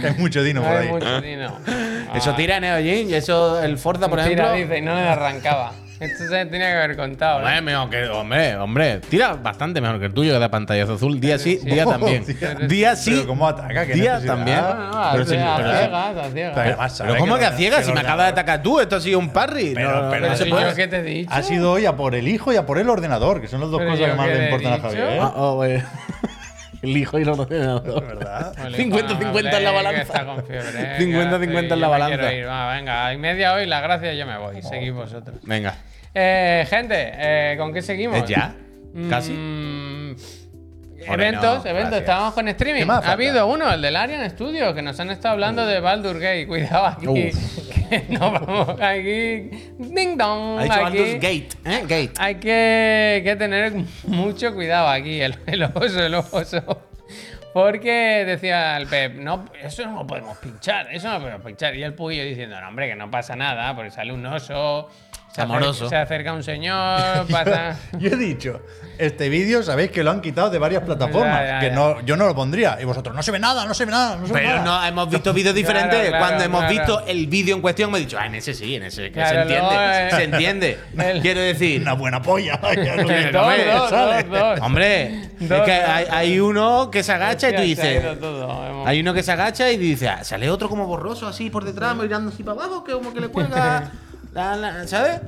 que hay mucho dino No por hay ahí. mucho dino. Eso Ah, tira Neojin y eso el Forza, por tira, ejemplo. dice, y no le arrancaba. Esto se tenía que haber contado. ¿no? Hombre, mejor que- hombre, hombre, tira bastante mejor que el tuyo que da pantallazo azul. Día sí, día también. Hostia. Día sí, Oh, Pero cómo ataca, que día también. No, no, a, Pero pero sí, a pero- ciegas, a ciegas. Pero además, Pero sabe ¿cómo que a lo- ciegas? que Si lo me acabas de atacar tú, esto ha sido un parry. Pero- No, pero no, no Pero se si puede. yo qué te he dicho. Ha sido hoy a por el hijo y a por el ordenador, que son las dos Pero cosas yo que más qué le le he importan a dicho. Javier. ¿eh? Ah, oh, bueno. El hijo y el ordenador. ¿Verdad? Ole, 50-50 en Pablo, que la balanza. está con fiebre, eh, 50-50 que en la yo me balanza. quiero ir. Va, venga, hay media hoy, la gracia yo me voy. Seguís vosotros. Venga. Eh, gente, eh, ¿con qué seguimos? ¿Es ya? ¿Casi? Mm, Hombre, eventos, no, eventos, gracias. estábamos con streaming. ¿Qué más Ha falta? habido uno, el del Arian Studio, que nos han estado hablando de Baldur Gate. Cuidado aquí, que no vamos aquí. Ding dong. Ha dicho aquí. Baldur's Gate. ¿Eh? Gate. Hay que, que tener mucho cuidado aquí, el, el oso, el oso. Porque decía el Pep, no, eso no lo podemos pinchar, eso no lo podemos pinchar. Y el Puguillo diciendo, no, hombre, que no pasa nada, porque sale un oso, se acer- Amoroso. se acerca un señor, pasa. Yo he dicho, este vídeo sabéis que lo han quitado de varias plataformas, Ya, ya, que ya. no, yo no lo pondría. Y vosotros, no se ve nada, no se ve nada, no se ve Pero nada. no, hemos visto vídeos diferentes. Claro, claro, Cuando hemos claro. visto el vídeo en cuestión, hemos dicho, ah, en ese sí, en ese. que Claro, se entiende. luego, eh, se entiende. el- Quiero decir. Una buena polla. ya lo Dos, que- hombre, dos, sale. dos, dos. Hombre, es Dos, que dos, hay, hay uno que se agacha y Hostia, tú se ha dices. ido todo, hemos- Hay uno que se agacha y dice, ah, sale otro como borroso así por detrás, mirando así para abajo, que como que le cuelga. la- la- ¿Sabes?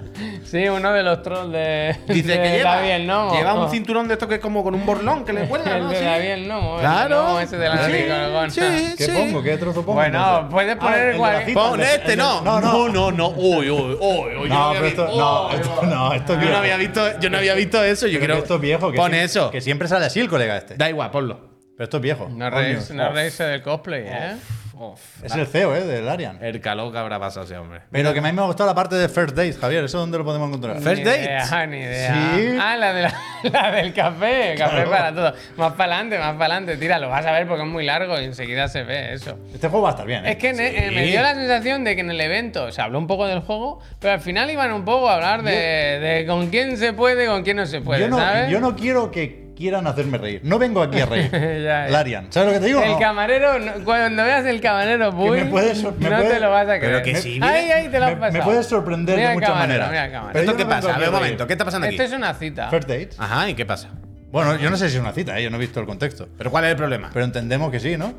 Sí, uno de los trolls de. Dice de que lleva, David el Nomo. lleva Oh. un cinturón de esto que es como con un borlón que le cuelga, El ¿no? de Sí. David el Nomo, el Claro. gnomo ese de la nariz Sí, gorgona. sí, ¿Qué sí. pongo? ¿Qué trozo pongo? Bueno, entonces? puedes el de poner la igual. cita. Pon este, no. No, no. no, no. Uy, uy, uy, uy. yo No, había pero esto, visto- no, uy, esto no, esto Yo que- no había visto, yo no había visto eso. Yo pero que creo esto es viejo. Que Pon sí- eso. Que siempre sale así el colega este. Da igual, ponlo. Pero esto es viejo. No Coño. reís, no Oh. reírse del cosplay, ¿eh? Uf, Es el CEO, ¿eh? Del Arian. el calor que habrá pasado ese hombre. Pero que a mí me ha gustado la parte de First Days, Javier. ¿Eso dónde lo podemos encontrar? First- ni dates. Idea, ni idea. Sí. Ah, la, de la, la del café. Café Claro. para todo. Más para adelante, más para adelante. Tíralo, vas a ver porque es muy largo y enseguida se ve eso. Este juego va a estar bien, ¿eh? Es que en- eh, me dio la sensación de que en el evento se habló un poco del juego, pero al final iban un poco a hablar de, de con quién se puede y con quién no se puede, yo, no, ¿sabes? yo no quiero que quieran hacerme reír. No vengo aquí a reír. Ya, ya. Larian, ¿sabes lo que te digo? El No. camarero, no- cuando veas el camarero, Puy, me puede sor- me no puede- te lo vas a Pero creer. que sí, mira- ahí, ahí te lo me- han pasado. me puede sorprender de Mira el muchas camarero, maneras. mira el camarero. Pero ¿Esto yo qué no pasa? vengo A aquí ver, un a reír. momento. ¿Qué está pasando aquí? Esto Este es una cita. First Dates. Ajá, ¿y qué pasa? Bueno, yo no sé si es una cita, ¿eh? yo no he visto el contexto. ¿Pero cuál es el problema? Pero entendemos que sí, ¿no?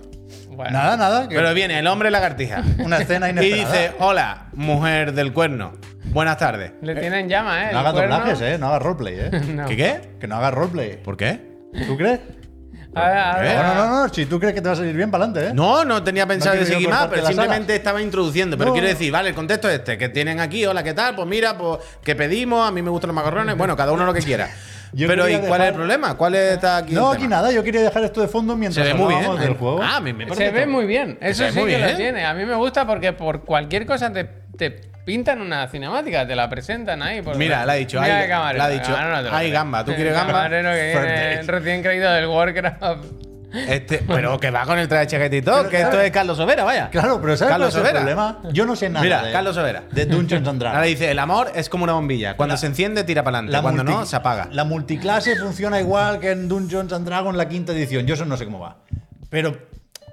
Bueno. Nada, nada. que Pero viene el hombre lagartija. Una escena Y inesperada. dice, hola, mujer del cuerno. Buenas tardes. Le tienen llama, ¿eh? No El haga cuerno. doblajes, ¿eh? No haga roleplay, ¿eh? No. ¿Qué qué? Que no haga roleplay. ¿Por qué? ¿Tú crees? A ver, a ver, ¿Eh? a No, ver. no, no, no. Si tú crees que te va a salir bien, para adelante, ¿eh? No, no tenía pensado No de quiero seguir yo más, cortarte pero las simplemente alas. estaba introduciendo. Pero No. quiero decir, vale, el contexto es este, que tienen aquí, hola, ¿qué tal? Pues mira, pues que pedimos, a mí me gustan los macarrones, bueno, cada uno lo que quiera. Yo pero ¿y quería cuál es dejar- el problema? ¿Cuál está aquí? el No, tema? aquí nada. Yo quería dejar esto de fondo Se mientras ve muy hablábamos bien. del juego. Ah, me, me Se parece ve todo. muy bien. Se Eso ve sí muy que lo bien. tiene. A mí me gusta porque por cualquier cosa te, te pintan una cinemática, te la presentan ahí. por- Mira, la ha dicho, Mira hay- el camarero. la ha dicho, Ah, no, no te lo hay creo. gamba. ¿Tú quieres El gamba? camarero que Fair viene days. recién creído del Warcraft. Este, pero que va con el traje chaqueta y todo, que esto es Carlos Overa, vaya. Claro, pero ¿sabes Carlos cuál es el Overa. problema? Yo no sé nada. Mira, de- Carlos Overa. De Dungeons and Ahora Dragons. dice, el amor es como una bombilla. Cuando se enciende, tira para adelante. Cuando multi- no, se apaga. La multiclase funciona igual que en Dungeons and Dragons la quinta edición. Yo eso no sé cómo va. Pero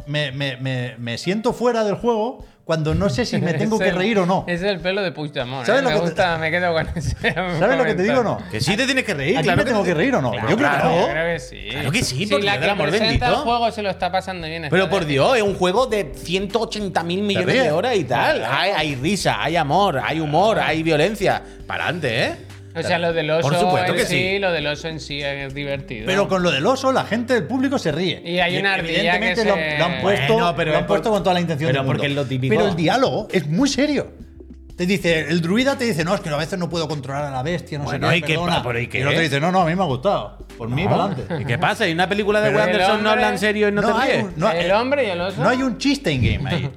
me, me- me- me siento fuera del juego cuando no sé si me tengo Es que el- reír o no. Es el pelo de Puigdemont. ¿Sabes ¿Sabes lo me que te- gusta, me quedo con ese. ¿Sabes lo que te digo o no? Que sí te tienes que reír, ¿Aquí claro me que tengo te- que reír o no? Claro, Yo creo claro, yo que no. creo que sí. Claro que sí, Si porque la del que amor presenta el bendito. juego se lo está pasando bien. Pero está por Dios, es un juego de 180 mil millones ríes. de horas y tal. Hay, hay risa, hay amor, hay humor, hay violencia. Para adelante, ¿eh? O sea, lo del oso Por supuesto en que sí, sí. lo del oso en sí es divertido. Pero con lo del oso, la gente del público se ríe. Y hay una ardilla que evidentemente lo, se- lo han puesto, Bueno, pero lo han es por- puesto con toda la intención pero del mundo. porque es lo típico. Pero el diálogo es muy serio. Te dice, el druida te dice, no, es que a veces no puedo controlar a la bestia, no Bueno, sé qué, ¿y qué perdona". pa- pero ¿y qué? Y el otro dice, no, no, a mí me ha gustado. Por mí, para ¿Y adelante. qué pasa? ¿Y una película de Pero Wes el Anderson no hombre- habla en serio y no, No te hay ríes? un- no hay- el hombre y el oso. No hay un chiste en game ahí.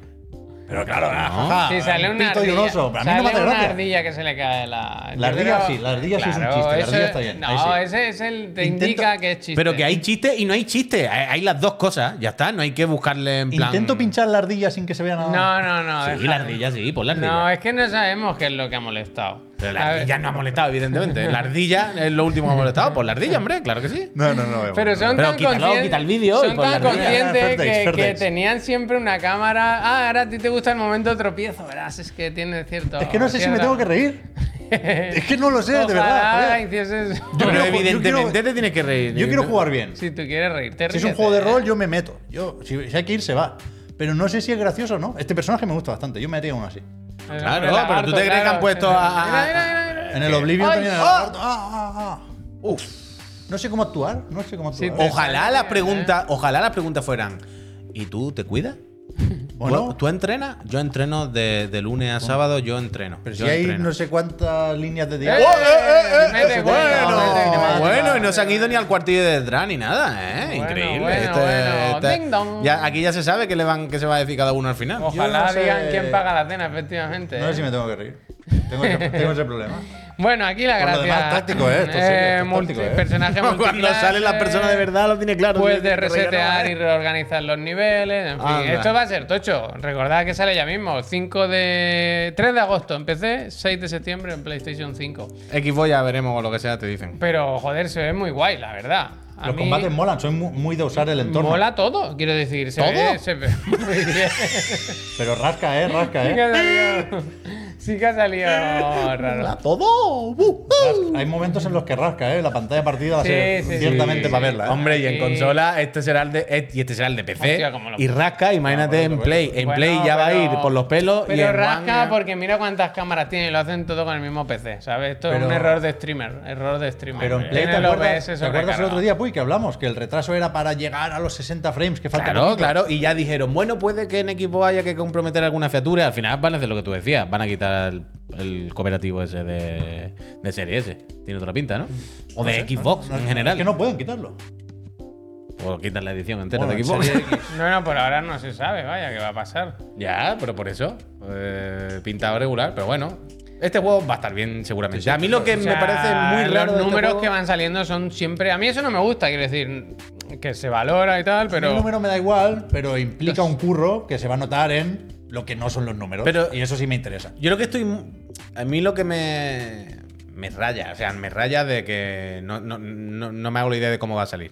Pero claro, jaja, Sí, sale un una pito y ardilla. un oso. Pero a mí sale no me hace una gracia. ardilla que se le cae la. La yo ardilla creo- sí, la ardilla sí es un Claro, chiste, la eso- ardilla está bien, ahí No, sí. ese es el. Te Intento- indica que es chiste. Pero que hay chistes y no hay chistes. Hay, hay las dos cosas, ya está. No hay que buscarle en plan. Intento pinchar la ardilla sin que se vea nada. No, no, no. Sí, deja- la ardilla, sí, por la ardilla. No, es que no sabemos qué es lo que ha molestado. Pero A la ver, ardilla no ha molestado, evidentemente. La ardilla es lo último que ha molestado. Pues la ardilla, hombre, claro que sí. No, no, no. vemos. Pero son Pero tan quítalo, conscien- quita el vídeo y Son pon la tan ardilla. conscientes Fair que, takes, fair que takes. tenían siempre una cámara. Ah, ahora a ti te gusta el momento tropiezo, verás. Es que tiene cierto. Es que no sé si me cierta- tengo que reír. Es que no lo sé, de verdad. Ojalá joder. hicieses- Yo Pero quiero- yo evidentemente quiero- te tienes que reír. Yo quiero jugar bien. Si tú quieres reírte, Si es un ríete, juego de ¿eh? rol, yo me meto. Yo, si, si hay que ir, se va. Pero no sé si es gracioso o no. Este personaje me gusta bastante. Yo me haría uno así. El Claro, hombre pero tú te lagarto, crees que han puesto a- a- Mira, mira, mira, mira. En el Oblivion ¡Ay! también. en el ¡Ah! lagarto. Ah, ah, ah. No sé cómo actuar. No sé cómo Sí, actuar. te- Ojalá las preguntas, ojalá las preguntas fueran. ¿Y tú te cuidas? ¿O pues, ¿Tú- no? ¿Tú entrenas? Yo entreno de, de lunes a sábado, yo entreno. Pero si yo hay entreno. no sé cuántas líneas de ¡Eh, diálogo. eh, eh! Mete Eso te gol, digo, mete no, gol. bueno, no, bueno, y no se han ido ni al cuartillo de detrás ni nada, ¿eh? Bueno, Increíble. este, bueno, bueno. Ding dong. ya- aquí ya se sabe que, le van, que se va a decir cada uno al final. Ojalá Yo no sé- digan quién paga la cena, efectivamente. No ¿eh? sé si me tengo que reír. Tengo ese, tengo ese problema. Bueno, aquí la Por lo gracia. demás, táctico, ¿eh? Esto sí, esto Eh, es multi- táctico, ¿eh? Personaje Cuando multiclase, salen las personas de verdad lo tiene claro. Puedes Pues de tiene que rellenar, resetear ¿eh? y reorganizar los niveles. En fin, Anda. esto va a ser tocho. Recordad que sale ya mismo. 5 de. 3 de agosto en PC, 6 de septiembre en PlayStation 5. Xbox ya veremos o lo que sea, te dicen. Pero, joder, se ve muy guay, la verdad. A Los mí combates molan. Soy mu- muy, de usar el entorno. Mola todo, quiero decir. Se ¿Todo? ve- se ve muy bien. Pero rasca, eh, rasca, Sí que eh. ha salido. Sí que ha salido raro. todo! Rasca. Hay momentos en los que rasca, eh. La pantalla partida va a Sí, ser sí, sí. ciertamente para verla. ¿eh? Hombre, y en Sí. consola, este será el de, et- y este será el de PC. Hostia, cómo lo- y rasca, imagínate en Play. En Bueno, Play ya va a ir pero- por los pelos. y Pero en rasca One- porque mira cuántas cámaras tiene y lo hacen todo con el mismo PC, ¿sabes? Esto es Pero- un error de streamer, error de streamer. Eh, Pero en Play, Tiene ¿te el OBS acuerdas, ¿te acuerdas el sobrecargado. otro día, Puy, que hablamos? Que el retraso era para llegar a los 60 frames que falta. Claro, poquito. claro. Y ya dijeron, bueno, puede que en equipo haya que comprometer alguna featura. Al final van a hacer lo que tú decías. Van a quitar el, el cooperativo ese de, de serie S. Tiene otra pinta, ¿no? O de Xbox en general. Es que no pueden quitarlo. O quitan la edición entera Bueno, de en Xbox. Serie X. No, no, por ahora no se sabe, vaya, qué va a pasar. Ya, pero por eso. eh, pintado regular, pero bueno. Este juego va a estar bien seguramente. a mí lo que O sea, me parece muy raro. de Los este números juego- que van saliendo son siempre. A mí eso no me gusta, quiero decir, que se valora y tal, El pero. número me da igual, pero implica un curro que se va a notar en lo que no son los números. Pero- y eso sí me interesa. Yo lo que estoy. A mí lo que me. Me raya, o sea, me raya de que no, no, no, no me hago la idea de cómo va a salir.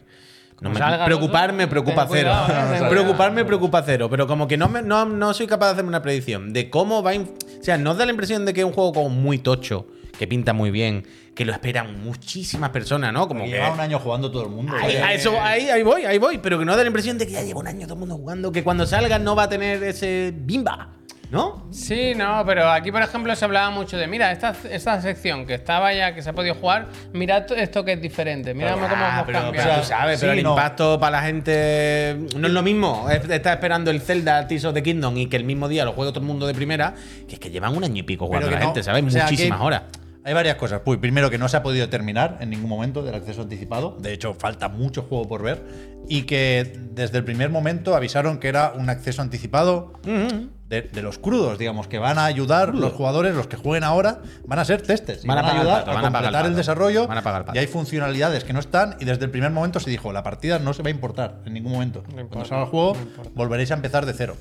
No Como me- salga, preocuparme ¿no? preocupa Ten cero. cuidado, eh, ten cuidado. preocuparme preocupa cero. Pero como que no, me, no, no soy capaz de hacerme una predicción de cómo va. a inf- O sea, nos da la impresión de que es un juego como muy tocho, que pinta muy bien, que lo esperan muchísimas personas, ¿no? Como Porque que. Lleva un año jugando todo el mundo. Ahí, ¿eh? a eso, ahí, ahí voy, ahí voy. Pero que no da la impresión de que ya lleva un año todo el mundo jugando, que cuando salga no va a tener ese bimba, ¿no? Sí, no, pero aquí, por ejemplo, se hablaba mucho de: mira, esta, esta sección que estaba ya, que se ha podido jugar, mirad esto que es diferente, mirad cómo Ah, hemos pero, cambiado. pero tú sabes, pero Sí, el no. impacto para la gente no es lo mismo. Es- Está esperando el Zelda Tears of the Kingdom y que el mismo día lo juegue todo el mundo de primera, que es que llevan un año y pico Pero jugando que la no. gente, ¿sabes? O sea, Muchísimas que horas. Hay varias cosas. Pues primero que no se ha podido terminar en ningún momento del acceso anticipado. De hecho, falta mucho juego por ver. Y que desde el primer momento avisaron que era un acceso anticipado de, de los crudos, digamos, que van a ayudar los jugadores, los que jueguen ahora, van a ser testers. y Van Van, a, a pagar el ayudar pato, a van a pagar el completar el pato. desarrollo. Van a pagar el pato. Y hay funcionalidades que no están. Y desde el primer momento se dijo, la partida no se va a importar en ningún momento. Cuando importa, salga el juego, volveréis a empezar de cero.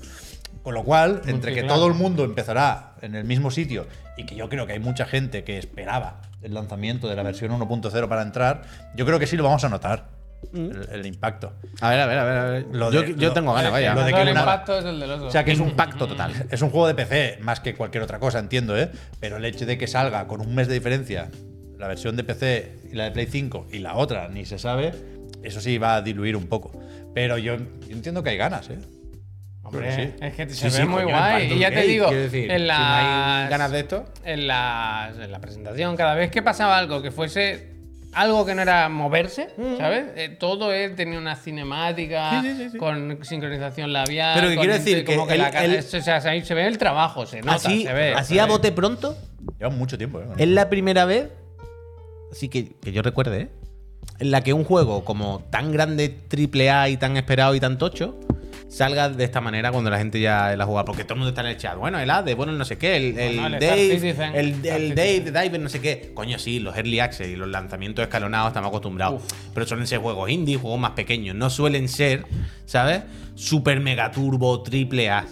Con lo cual, entre que Multiclase. todo el mundo empezará en el mismo sitio y que yo creo que hay mucha gente que esperaba el lanzamiento de la versión 1.0 para entrar, yo creo que sí lo vamos a notar. Mm. el, el impacto. A ver, a ver, a ver. a ver. Lo yo de- yo lo- tengo ganas, vaya. lo de que que el una- impacto es el del otro. o sea, que es un pacto total. Es un juego de PC más que cualquier otra cosa, entiendo, ¿eh? Pero el hecho de que salga con un mes de diferencia la versión de PC y la de Play 5 y la otra ni se sabe, eso sí va a diluir un poco. Pero yo, yo entiendo que hay ganas, ¿eh? Hombre, Pero sí. es que se Sí, ve sí, muy coño, guay. Phantom Y ya te Gate, digo, quiero decir, si en no hay las ganas de esto. en, las- en la presentación, cada vez que pasaba algo que fuese algo que no era moverse, ¿sabes? Eh, todo él tenía una cinemática Mm. Sí, sí, sí, sí. con sincronización labial. Pero que con quiero int- decir como que la él- cara- él- o sea, ahí se ve el trabajo, se nota, así se ve. así se a ve. bote pronto, Lleva mucho tiempo, ¿eh? es la primera vez, así que, que yo recuerde, ¿eh? en la que un juego como tan grande, triple A y tan esperado y tan tocho, salga de esta manera cuando la gente ya la juega. Porque todo el mundo está en el chat. Bueno, el ADE, bueno, el no sé qué, el, el Bueno, el Star Dave, Citizen, el, Star el Citizen. Dave, Diver, no sé qué. Coño, sí, los Early Access y los lanzamientos escalonados estamos acostumbrados. Pero suelen ser juegos indie, juegos más pequeños. No suelen ser, ¿sabes? Super mega turbo, triple A.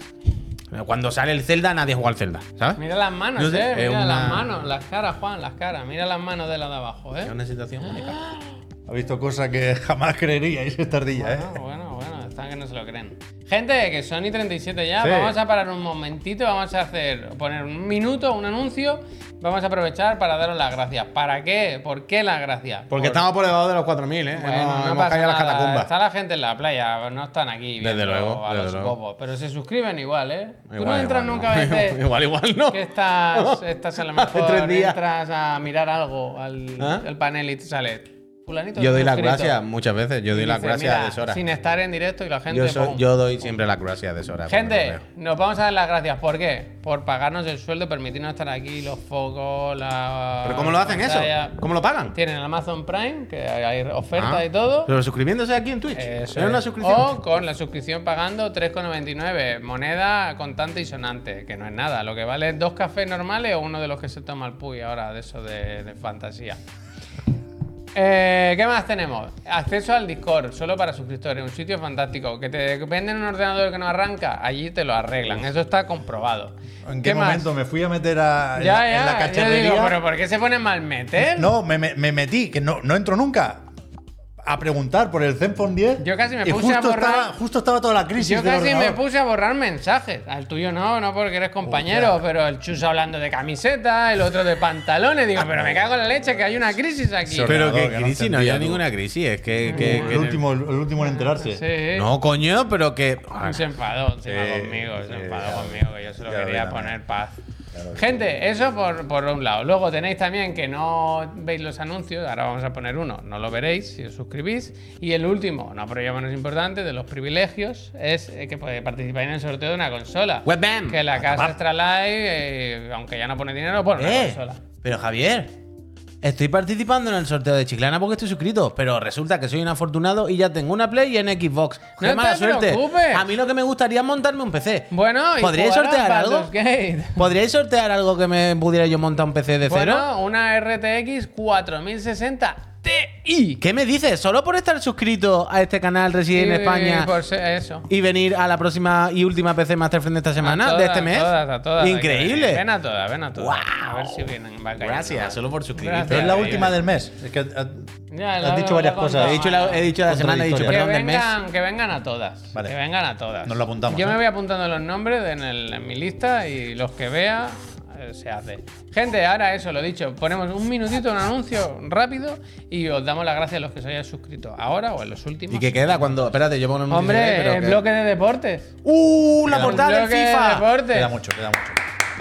Cuando sale el Zelda, nadie juega al Zelda, ¿sabes? Mira las manos, No sé, eh. es Mira una- las manos, las caras, Juan, las caras. Mira las manos de la de abajo, eh. Es una situación única. Ha visto cosas que jamás creeríais esta ardilla, ¿eh? Bueno, bueno, bueno, están que no se lo creen. Gente, que Sony 37 ya, Sí. vamos a parar un momentito, vamos a hacer, poner un minuto, un anuncio, vamos a aprovechar para daros las gracias. ¿Para qué? ¿Por qué las gracias? Porque Por- estamos por debajo de los 4.000, ¿eh? Bueno, hemos no hemos pasa caído a las nada, catacumbas. Está la gente en la playa, no están aquí Desde viendo luego, a desde los luego. bobos, pero se suscriben igual, ¿eh? Tú no Igual, entras igual, nunca a no. veces Igual, igual no. que estás, estás a lo Hace mejor tres días. entras a mirar algo al, ¿Ah? al panel y te sale fulanito Yo doy las suscrito. gracias muchas veces. Yo doy las Dice, gracias a "Mira, deshora. Sin estar en directo y la gente. Yo, soy- pum". yo doy siempre las gracias a deshora. cuando lo gente, veo. nos vamos a dar las gracias. ¿Por qué? Por pagarnos el sueldo, permitirnos estar aquí, los focos, la. ¿Pero cómo lo hacen eso? pantalla. ¿Cómo lo pagan? Tienen el Amazon Prime, que hay hay ofertas Ah, y todo. Pero suscribiéndose aquí en Twitch. Eso es una es. Oh, suscripción. O con la suscripción pagando 3,99, moneda contante y sonante, que no es nada. Lo que vale es dos cafés normales o uno de los que se toma el Puy ahora, de eso de, de fantasía. Eh, ¿Qué más tenemos? Acceso al Discord, solo para suscriptores, un sitio fantástico. Que te venden un ordenador que no arranca, allí te lo arreglan. Eso está comprobado. ¿En qué, momento me fui a meter a, en, Ya, la- en ya, la yo cacharrería? digo, pero ¿por qué se ponen mal meter? No, me, me- me metí, que no, no entro nunca. A preguntar por el Zenfone 10. Yo casi me y puse justo a borrar- Estaba, justo estaba toda la crisis. Yo del casi me ordenador. puse a borrar mensajes. Al tuyo no, no porque eres compañero, pero el Chus hablando de camiseta, el otro de pantalones. Digo, pero me cago en la leche que hay una crisis aquí. Sí, Ah, Pero ordenador que que no crisis, no entendía había tú. ninguna crisis. Es que. Mm. que- que- el, último, el último en enterarse. Sí. No, coño, pero que. Y Se enfadó encima Sí, conmigo, se sí, enfadó ya lo- conmigo, que yo se lo ya lo quería vi también. poner paz. Gente, eso por, por un lado. Luego tenéis también que no veis los anuncios, ahora vamos a poner uno, no lo veréis si os suscribís. Y el último, no pero ya menos importante, de los privilegios, es eh, que podéis participar en el sorteo de una consola. Webam. Que la casa Extra Live, eh, aunque ya no pone dinero, pone una Eh, consola. pero Javier, estoy participando en el sorteo de Chiclana porque estoy suscrito, pero resulta que soy un afortunado y ya tengo una Play y en Xbox. ¡Qué No te mala suerte! preocupes. A mí lo que me gustaría es montarme un PC. Bueno, y ¿Podríais jugar a sortear algo? Baldur's Gate. ¿Podríais sortear algo que me pudiera yo montar un PC de cero? Bueno, una RTX 4060 Ti. ¿Qué me dices? ¿Solo por estar suscrito a este canal Resident Y- España Por ser eso. y venir a la próxima y última PC Master Friend de esta semana, A de todas, este mes? a todas, a todas, hay que venir. ¡Increíble! Ven a todas, ven a todas. Guau. A ver si vienen. va cayendo. Gracias, solo por suscribirte. Pero es la Ya, última ya. del mes. Es que ah, Ya, Has la- dicho la- varias la cosas. contamos. He dicho la, he dicho la semana, he dicho Que Contradictoria. perdón del mes. vengan, que vengan a todas. Vale. Que vengan a todas. Nos lo apuntamos, Yo me ¿eh? voy apuntando los nombres en, el- en mi lista y los que vea eh, se hace. Gente, ahora eso, lo dicho, ponemos un minutito, un anuncio rápido y os damos las gracias a los que se hayan suscrito ahora o en los últimos. ¿Y qué queda cuando.? Espérate, yo pongo un Hombre, el bloque de deportes. ¡Uh! La Queda portada El del bloque de FIFA. deportes. queda mucho, queda mucho.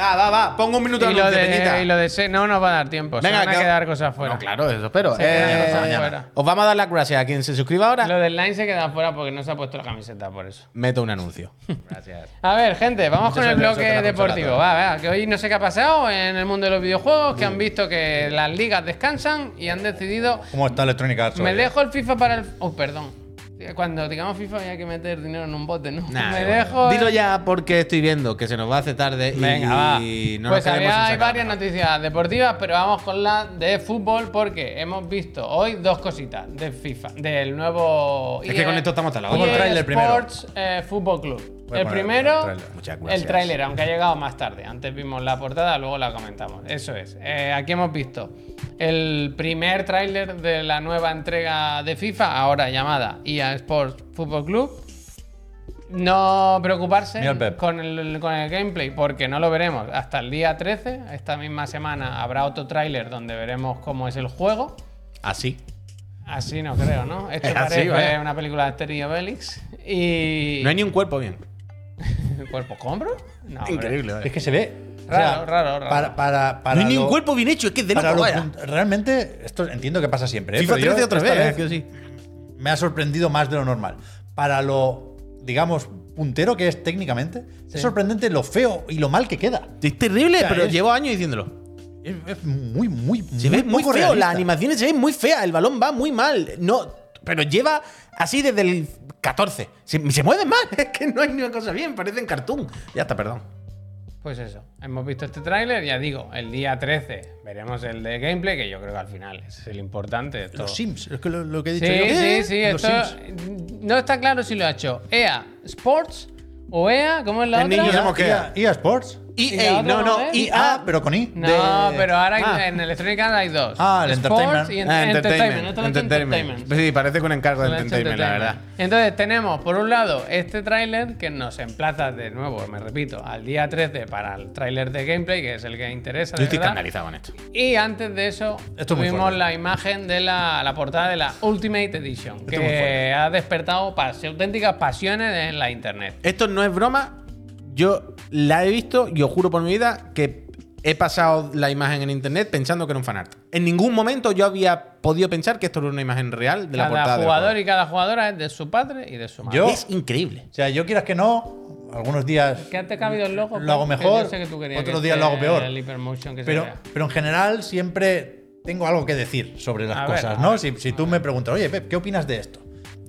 Va, va, va. Pongo un minuto Y lo, anuncio, Peñita. de, y lo de se- no nos va a dar tiempo. Venga, se van a que- quedar cosas fuera. No, claro, eso espero. Se quedan Eh, cosas mañana. fuera. os vamos a dar las gracias a quien se suscriba ahora. Lo del line se queda fuera porque no se ha puesto la camiseta por eso. Meto un anuncio. Gracias. A ver, gente, vamos Muchas con el gracias, bloque te la consola deportivo. toda. Va, va, que hoy no sé qué ha pasado en el mundo de los videojuegos, que han visto que las ligas descansan y han decidido. ¿Cómo está Electronic Arts? Me hoy? dejo el FIFA para el. Oh, perdón. Tío, Cuando digamos FIFA había que meter dinero en un bote, ¿no? Nah, me da igual. dejo. Dilo ya porque estoy viendo que se nos va a hacer tarde y- Venga, va. y no pues nos quedemos había sin hay sacar varias nada. noticias deportivas, pero vamos con la de fútbol porque hemos visto hoy dos cositas de FIFA, del nuevo. E Es que con esto estamos hasta la EA Pongo el tráiler primero. Sports eh, Fútbol Club. Voy a El poner el primero, tráiler. Muchas gracias. el tráiler, aunque ha llegado más tarde. Antes vimos la portada, luego la comentamos. Eso es. Eh, aquí hemos visto el primer tráiler de la nueva entrega de FIFA, ahora llamada EA Sports Fútbol Club. No preocuparse Mira el Pep. con el, con el gameplay, porque no lo veremos hasta el día 13. Esta misma semana habrá otro tráiler donde veremos cómo es el juego. Así. Así no creo, ¿no? Esto Así, parece vaya. una película de Terry Obelix. Y. No hay ni un cuerpo bien. ¿Cuerpo compro? No, Ah, hombre. vaya. Es que se ve. Raro, raro, raro. Para, para, para no hay ni lo- un cuerpo bien hecho, es que es de para loco, lo vaya. punt- Realmente, esto entiendo que pasa siempre. ¿eh? FIFA Pero yo 13 otra esta vez, es que sí. Me ha sorprendido más de lo normal. Para lo, digamos, puntero que es técnicamente, es sorprendente lo feo y lo mal que queda. Es terrible, O sea, pero es- llevo años diciéndolo. Es, es muy, muy, Se ve muy poco feo, las realista. animaciones se ven muy feas, el balón va muy mal. No, pero lleva así desde el 14. Se, se mueven mal, es que no hay ni una cosa bien, parecen cartoon. Ya está, perdón. Pues eso, hemos visto este tráiler, ya digo, el día 13 veremos el de gameplay, que yo creo que al final es el importante de todo. Los Sims, es que lo, lo que he dicho yo. Sí, sí, ¿eh? sí, Los esto Sims. no está claro si lo ha hecho EA Sports o EA, ¿cómo es la El otra? niño de EA, Mo- EA, EA E Sports. EA, la otra no, no, no es? Ah, EA, pero con I. No, de- pero ahora hay- Ah. en Electronic Arts hay dos. Ah, el Sports Entertainment. Y en- Ah, entertainment. esto lo ha hecho Entertainment. Sí, parece con encargo de Lo ha hecho entertainment, la verdad. Entertainment. Entonces tenemos, por un lado, este tráiler que nos emplaza de nuevo, me repito, al día 13 para el tráiler de gameplay, que es el que interesa. Yo de estoy verdad. escandalizado con esto. Y antes de eso, Esto es muy tuvimos fuerte. la imagen de la, la portada de la Ultimate Edition, es muy que fuerte. ha despertado pas- auténticas pasiones en la internet. Esto no es broma. Yo la he visto y os juro por mi vida que he pasado la imagen en internet pensando que era un fanart. En ningún momento yo había podido pensar que esto era una imagen real de la cada portada. del jugador juego. y cada jugadora es de su padre y de su madre. Yo- Es increíble. O sea, yo quieras que no, algunos días Que antes que ha habido el logo. Lo hago Pep, que mejor, yo sé que tú querías otros que días lo hago esté peor. El hypermotion que se Pero, vea. pero en general siempre tengo algo que decir sobre las A ver, cosas, a ¿no? ver, si si tú me preguntas, oye, Pep, ¿qué opinas de esto?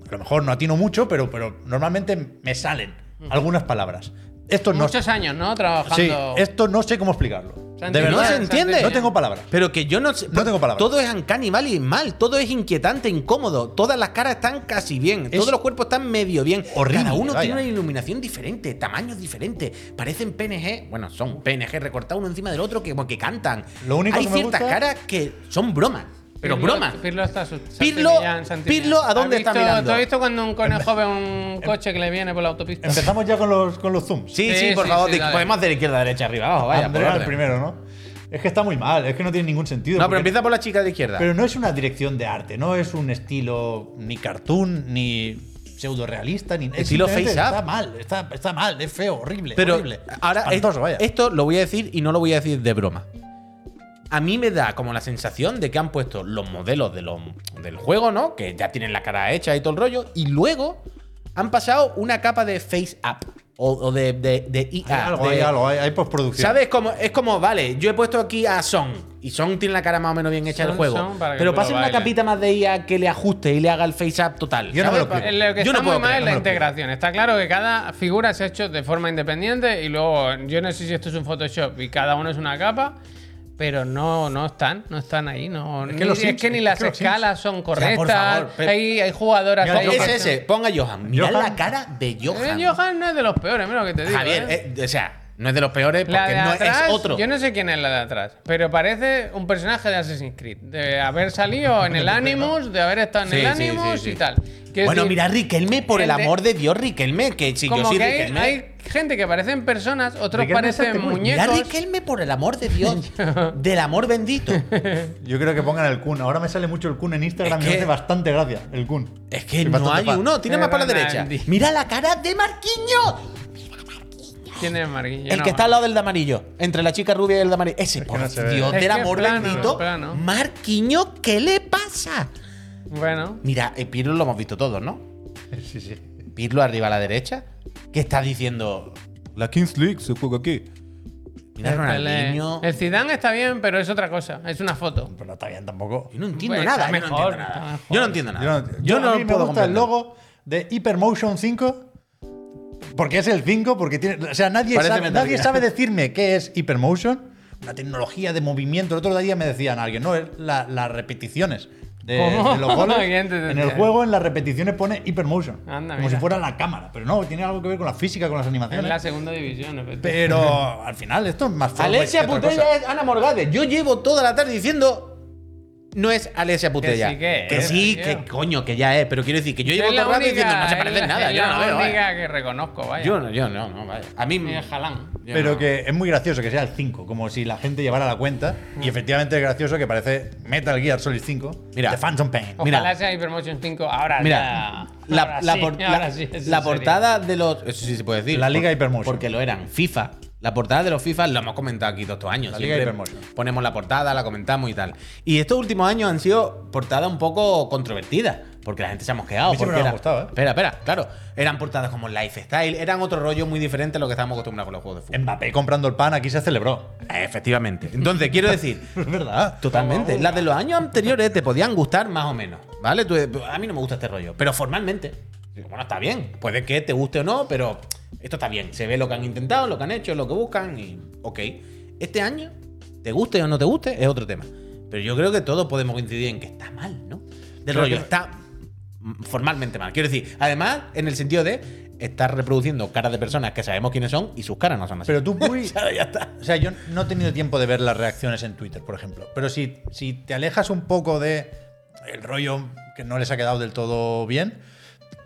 A lo mejor no atino mucho, pero, pero normalmente me salen alguas palabras. Esto no, Muchos años, ¿no? Trabajando. sí, esto no sé cómo explicarlo. Se han De tenido- verdad, se entiende. no tengo palabras. Pero que yo no sé- No tengo palabras. Todo es uncanny valley mal. Todo es inquietante, incómodo. Todas las caras están casi bien. Es todos los cuerpos están medio bien. horrible, Cada uno vaya. tiene una iluminación diferente, tamaños diferentes. Parecen PNG. Bueno, son PNG recortados uno encima del otro que, que cantan. Lo único Hay que me ciertas gusta- caras que son bromas. Pero Pirlo- bromas. Pirlo está su- Pirlo- Santillán, Santillán. Pirlo, ¿a dónde ¿Has está visto- mirando? ¿Tú has visto cuando un conejo ve un coche que le viene por la autopista? Empezamos ya con los, con los zooms. Sí, sí, Sí, por sí, favor. sí, te- dale. podemos hacer izquierda, derecha, arriba, abajo. Vaya, por Andrea el orden. primero, ¿no? Es que está muy mal, es que no tiene ningún sentido. No, pero porque- empieza por la chica de izquierda. Pero no es una dirección de arte, no es un estilo ni cartoon, ni pseudo realista, ni es Estilo simplemente face up. Está mal, está, está mal, es feo, horrible. Pero horrible. ahora es- Espantoso, vaya. esto lo voy a decir y no lo voy a decir de broma. A mí me da como la sensación de que han puesto los modelos de los- del juego, ¿no? Que ya tienen la cara hecha y todo el rollo. Y luego han pasado una capa de face up. O, o de, de, de hay IA. algo, de- hay algo, hay, hay postproducción. ¿Sabes? Como, es como, vale, yo he puesto aquí a Son. Y Son tiene la cara más o menos bien hecha Son- del juego. Son para que pero tú lo pasen una bailes. capita más de IA que le ajuste y le haga el face up total. Yo no me ¿sabes? lo creo. Eh, Lo que Yo está no muy puedo mal creer, es la no me lo creo. integración. Está claro que cada figura se ha hecho de forma independiente y luego yo no sé si esto es un Photoshop y cada uno es una capa, pero no, no están, no están ahí. No, Es que ni, los es Sims- que ni es las que los escalas son sea, por correctas. favor, Pep. hay, hay jugadoras. Mira, ahí yo- que Es son- ese, ponga Johan. Mirad Johan. la cara de Johan. Eh, Johan no es de los peores, mira lo que te digo. Javier, ¿eh? eh, o sea, no es de los peores La porque de no atrás, es otro. Yo no sé quién es la de atrás, pero parece un personaje de Assassin's Creed. De haber salido en el Animus, de haber estado en Sí, el sí, sí, Animus sí. y tal. Quiero bueno, decir, mira, Riquelme, por el, el de- amor de Dios, Riquelme, que si yo como soy que hay, Riquelme. hay gente que parecen personas, otros Riquelme es parecen este muy- Mira, muñecos. Riquelme, por el amor de Dios. del amor bendito. Yo creo que pongan el Kun. Ahora me sale mucho el Kun en Instagram Es y me que- hace bastante gracia el Kun. Es que Soy no bastante hay fan. uno, tira más para la derecha. Ronaldi. Mira la cara de Marquinhos. ¿Quién es Marquinhos? El que está al lado del de amarillo. Entre la chica rubia y el de amarillo. Ese, por no se ve. Dios, Es del que es amor plano, bendito. es plano. Marquinhos, ¿qué le pasa? Bueno, Mira, el Pirlo lo hemos visto todos, ¿no? Sí, sí. Pirlo arriba a la derecha, que está diciendo. La Kings League se juega aquí. Mira, el, Ronaldinho. el Zidane está bien, pero es otra cosa. Es una foto. Pero no está bien tampoco. Yo no entiendo Pues está nada. yo no mejor, entiendo nada. está mejor. Yo no entiendo Yo nada. no, yo a mí me gusta el comprender. logo, de Hypermotion 5. Porque es el 5, porque tiene. O sea, nadie, Parece sabe, Metal nadie Gear. sabe decirme qué es Hypermotion. Una tecnología de movimiento. El otro día me decían alguien, no, es la- las repeticiones de, ¿Cómo? de los goles. ¿Quién te En el decía? juego, en las repeticiones pone Hypermotion. Anda, como si mira. fuera la cámara. Pero no, tiene algo que ver con la física, con las Es animaciones. la segunda división, efectivamente. Pero al final, esto es más fácil. Alesia Putella es Ana Morgade. Yo llevo toda la tarde diciendo. No es Alesia Putella. sí que que, es, sí, tío. que coño, que ya es. Pero quiero decir que yo llevo Es toda la la tarde única, diciendo no se es parece en la- nada. es Yo no la veo. única vaya. que reconozco, vaya. Yo no, yo no, no, vaya. A mí Ni el Jalán. yo Pero no. que es muy gracioso que sea el 5, como si la gente llevara la cuenta. Y efectivamente es gracioso que parece Metal Gear Solid 5. Mira. The Phantom Pain. Ojalá Mira. sea Hypermotion 5 ahora Mira, ya. la, Ahora la sí, por- la- ahora sí, eso sería. la portada de los. Eso sí se puede decir. La Liga por- Hypermotion. Porque lo eran. FIFA. La portada de los FIFA lo hemos comentado aquí todos estos años. La Liga Siempre Hypermotion. Ponemos la portada, la comentamos y tal. Y estos últimos años han sido portadas un poco controvertidas. Porque la gente se ha mosqueado. A mí siempre porque me ha era- gustado, ¿eh? Espera, espera, claro. Eran portadas como lifestyle, eran otro rollo muy diferente a lo que estábamos acostumbrados con los juegos de fútbol. Mbappé comprando el pan aquí se celebró. Efectivamente. Entonces, quiero decir, Es verdad. Totalmente. Las de los años anteriores te podían gustar más o menos, ¿vale? Tú- a mí no me gusta este rollo, pero formalmente. Bueno, está bien. Puede que te guste o no, pero esto está bien. Se ve lo que han intentado, lo que han hecho, lo que buscan y. Ok. Este año, te guste o no te guste, es otro tema. Pero yo creo que todos podemos coincidir en que está mal, ¿no? Del rollo, está formalmente mal. Quiero decir, además, en el sentido de estar reproduciendo caras de personas que sabemos quiénes son y sus caras no son así. Pero tú, Puy, ya está. O sea, yo no he tenido tiempo de ver las reacciones en Twitter, por ejemplo. Pero si, si te alejas un poco de el rollo que no les ha quedado del todo bien,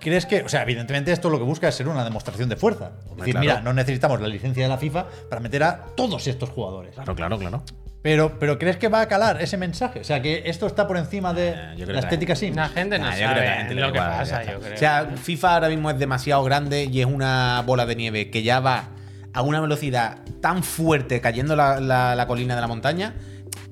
¿crees que.? O sea, evidentemente esto lo que busca es ser una demostración de fuerza. Es decir, claro. mira, no necesitamos la licencia de la FIFA para meter a todos estos jugadores. Claro, claro, claro. Pero, pero ¿crees que va a calar ese mensaje? O sea, que esto está por encima de Eh, yo creo la que- estética Sims. La gente no Nah, yo creo que la sabe gente lo le que da igual, pasa, ya yo está. creo. O sea, FIFA ahora mismo es demasiado grande y es una bola de nieve que ya va a una velocidad tan fuerte cayendo la, la- la colina de la montaña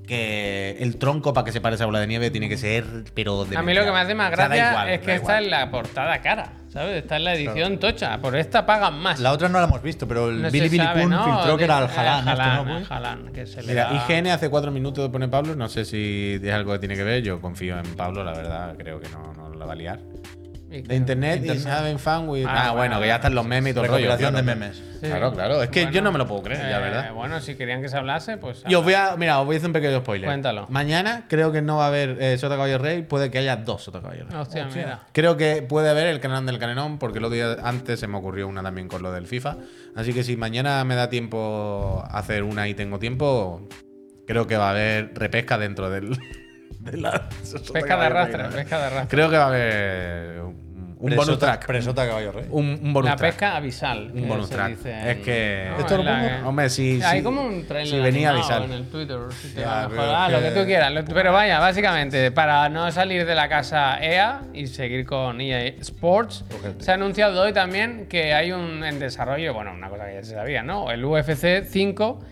que el tronco para que se pare esa bola de nieve tiene que ser, pero de a mí lo que me hace más gracia es que esta está es la portada cara, ¿sabes? Esta es la edición tocha. Por esta pagan más. La otra no la hemos visto, pero el No se Billy Billy sabe, Kun ¿no? filtró que era el Eh, Jalán. este, Haaland, ¿no, Puy? el Haaland, que se le Mira, E da- IGN hace cuatro minutos pone Pablo, no sé si es algo que tiene que ver, yo confío en Pablo, la verdad, creo que no, no la va a liar. De internet, Internet. y having fun with... Ah, Ah, bueno, bueno, que ya están los memes y todo el rollo. Recopilación claro. de memes. Sí. Claro, claro, es que yo Bueno, no me lo puedo creer, la eh, verdad. Bueno, si querían que se hablase, pues. Y os voy a, mira, os voy a hacer un pequeño spoiler. Cuéntalo. Mañana creo que no va a haber eh, Sota Caballo Rey, puede que haya dos Sota Caballo Rey. Hostia, mira. Creo que puede haber el canal del Canelón, porque el otro día antes se me ocurrió una también con lo del FIFA. Así que si mañana me da tiempo a hacer una y tengo tiempo, creo que va a haber repesca dentro del. de la Sota Pesca de Caballo Rey, arrastre, ¿no? pesca de arrastre. Creo que va a haber un, un Presota- bonus track. Presota Caballo Rey. Un, un bonus La track. pesca abisal. Un que bonus se track. dice Es que- No, Esto es lo la pongo- que- Hombre, sí, Hay sí. como un trailer Sí, venía animado avisal. en el Twitter. si te Ya, va mejor. pero es Ah, lo que- que tú quieras. lo- Pero vaya, básicamente, para no salir de la casa EA y seguir con EA Sports, Ojete. se ha anunciado hoy también que hay un en desarrollo, bueno, una cosa que ya se sabía, ¿no? El UFC 5,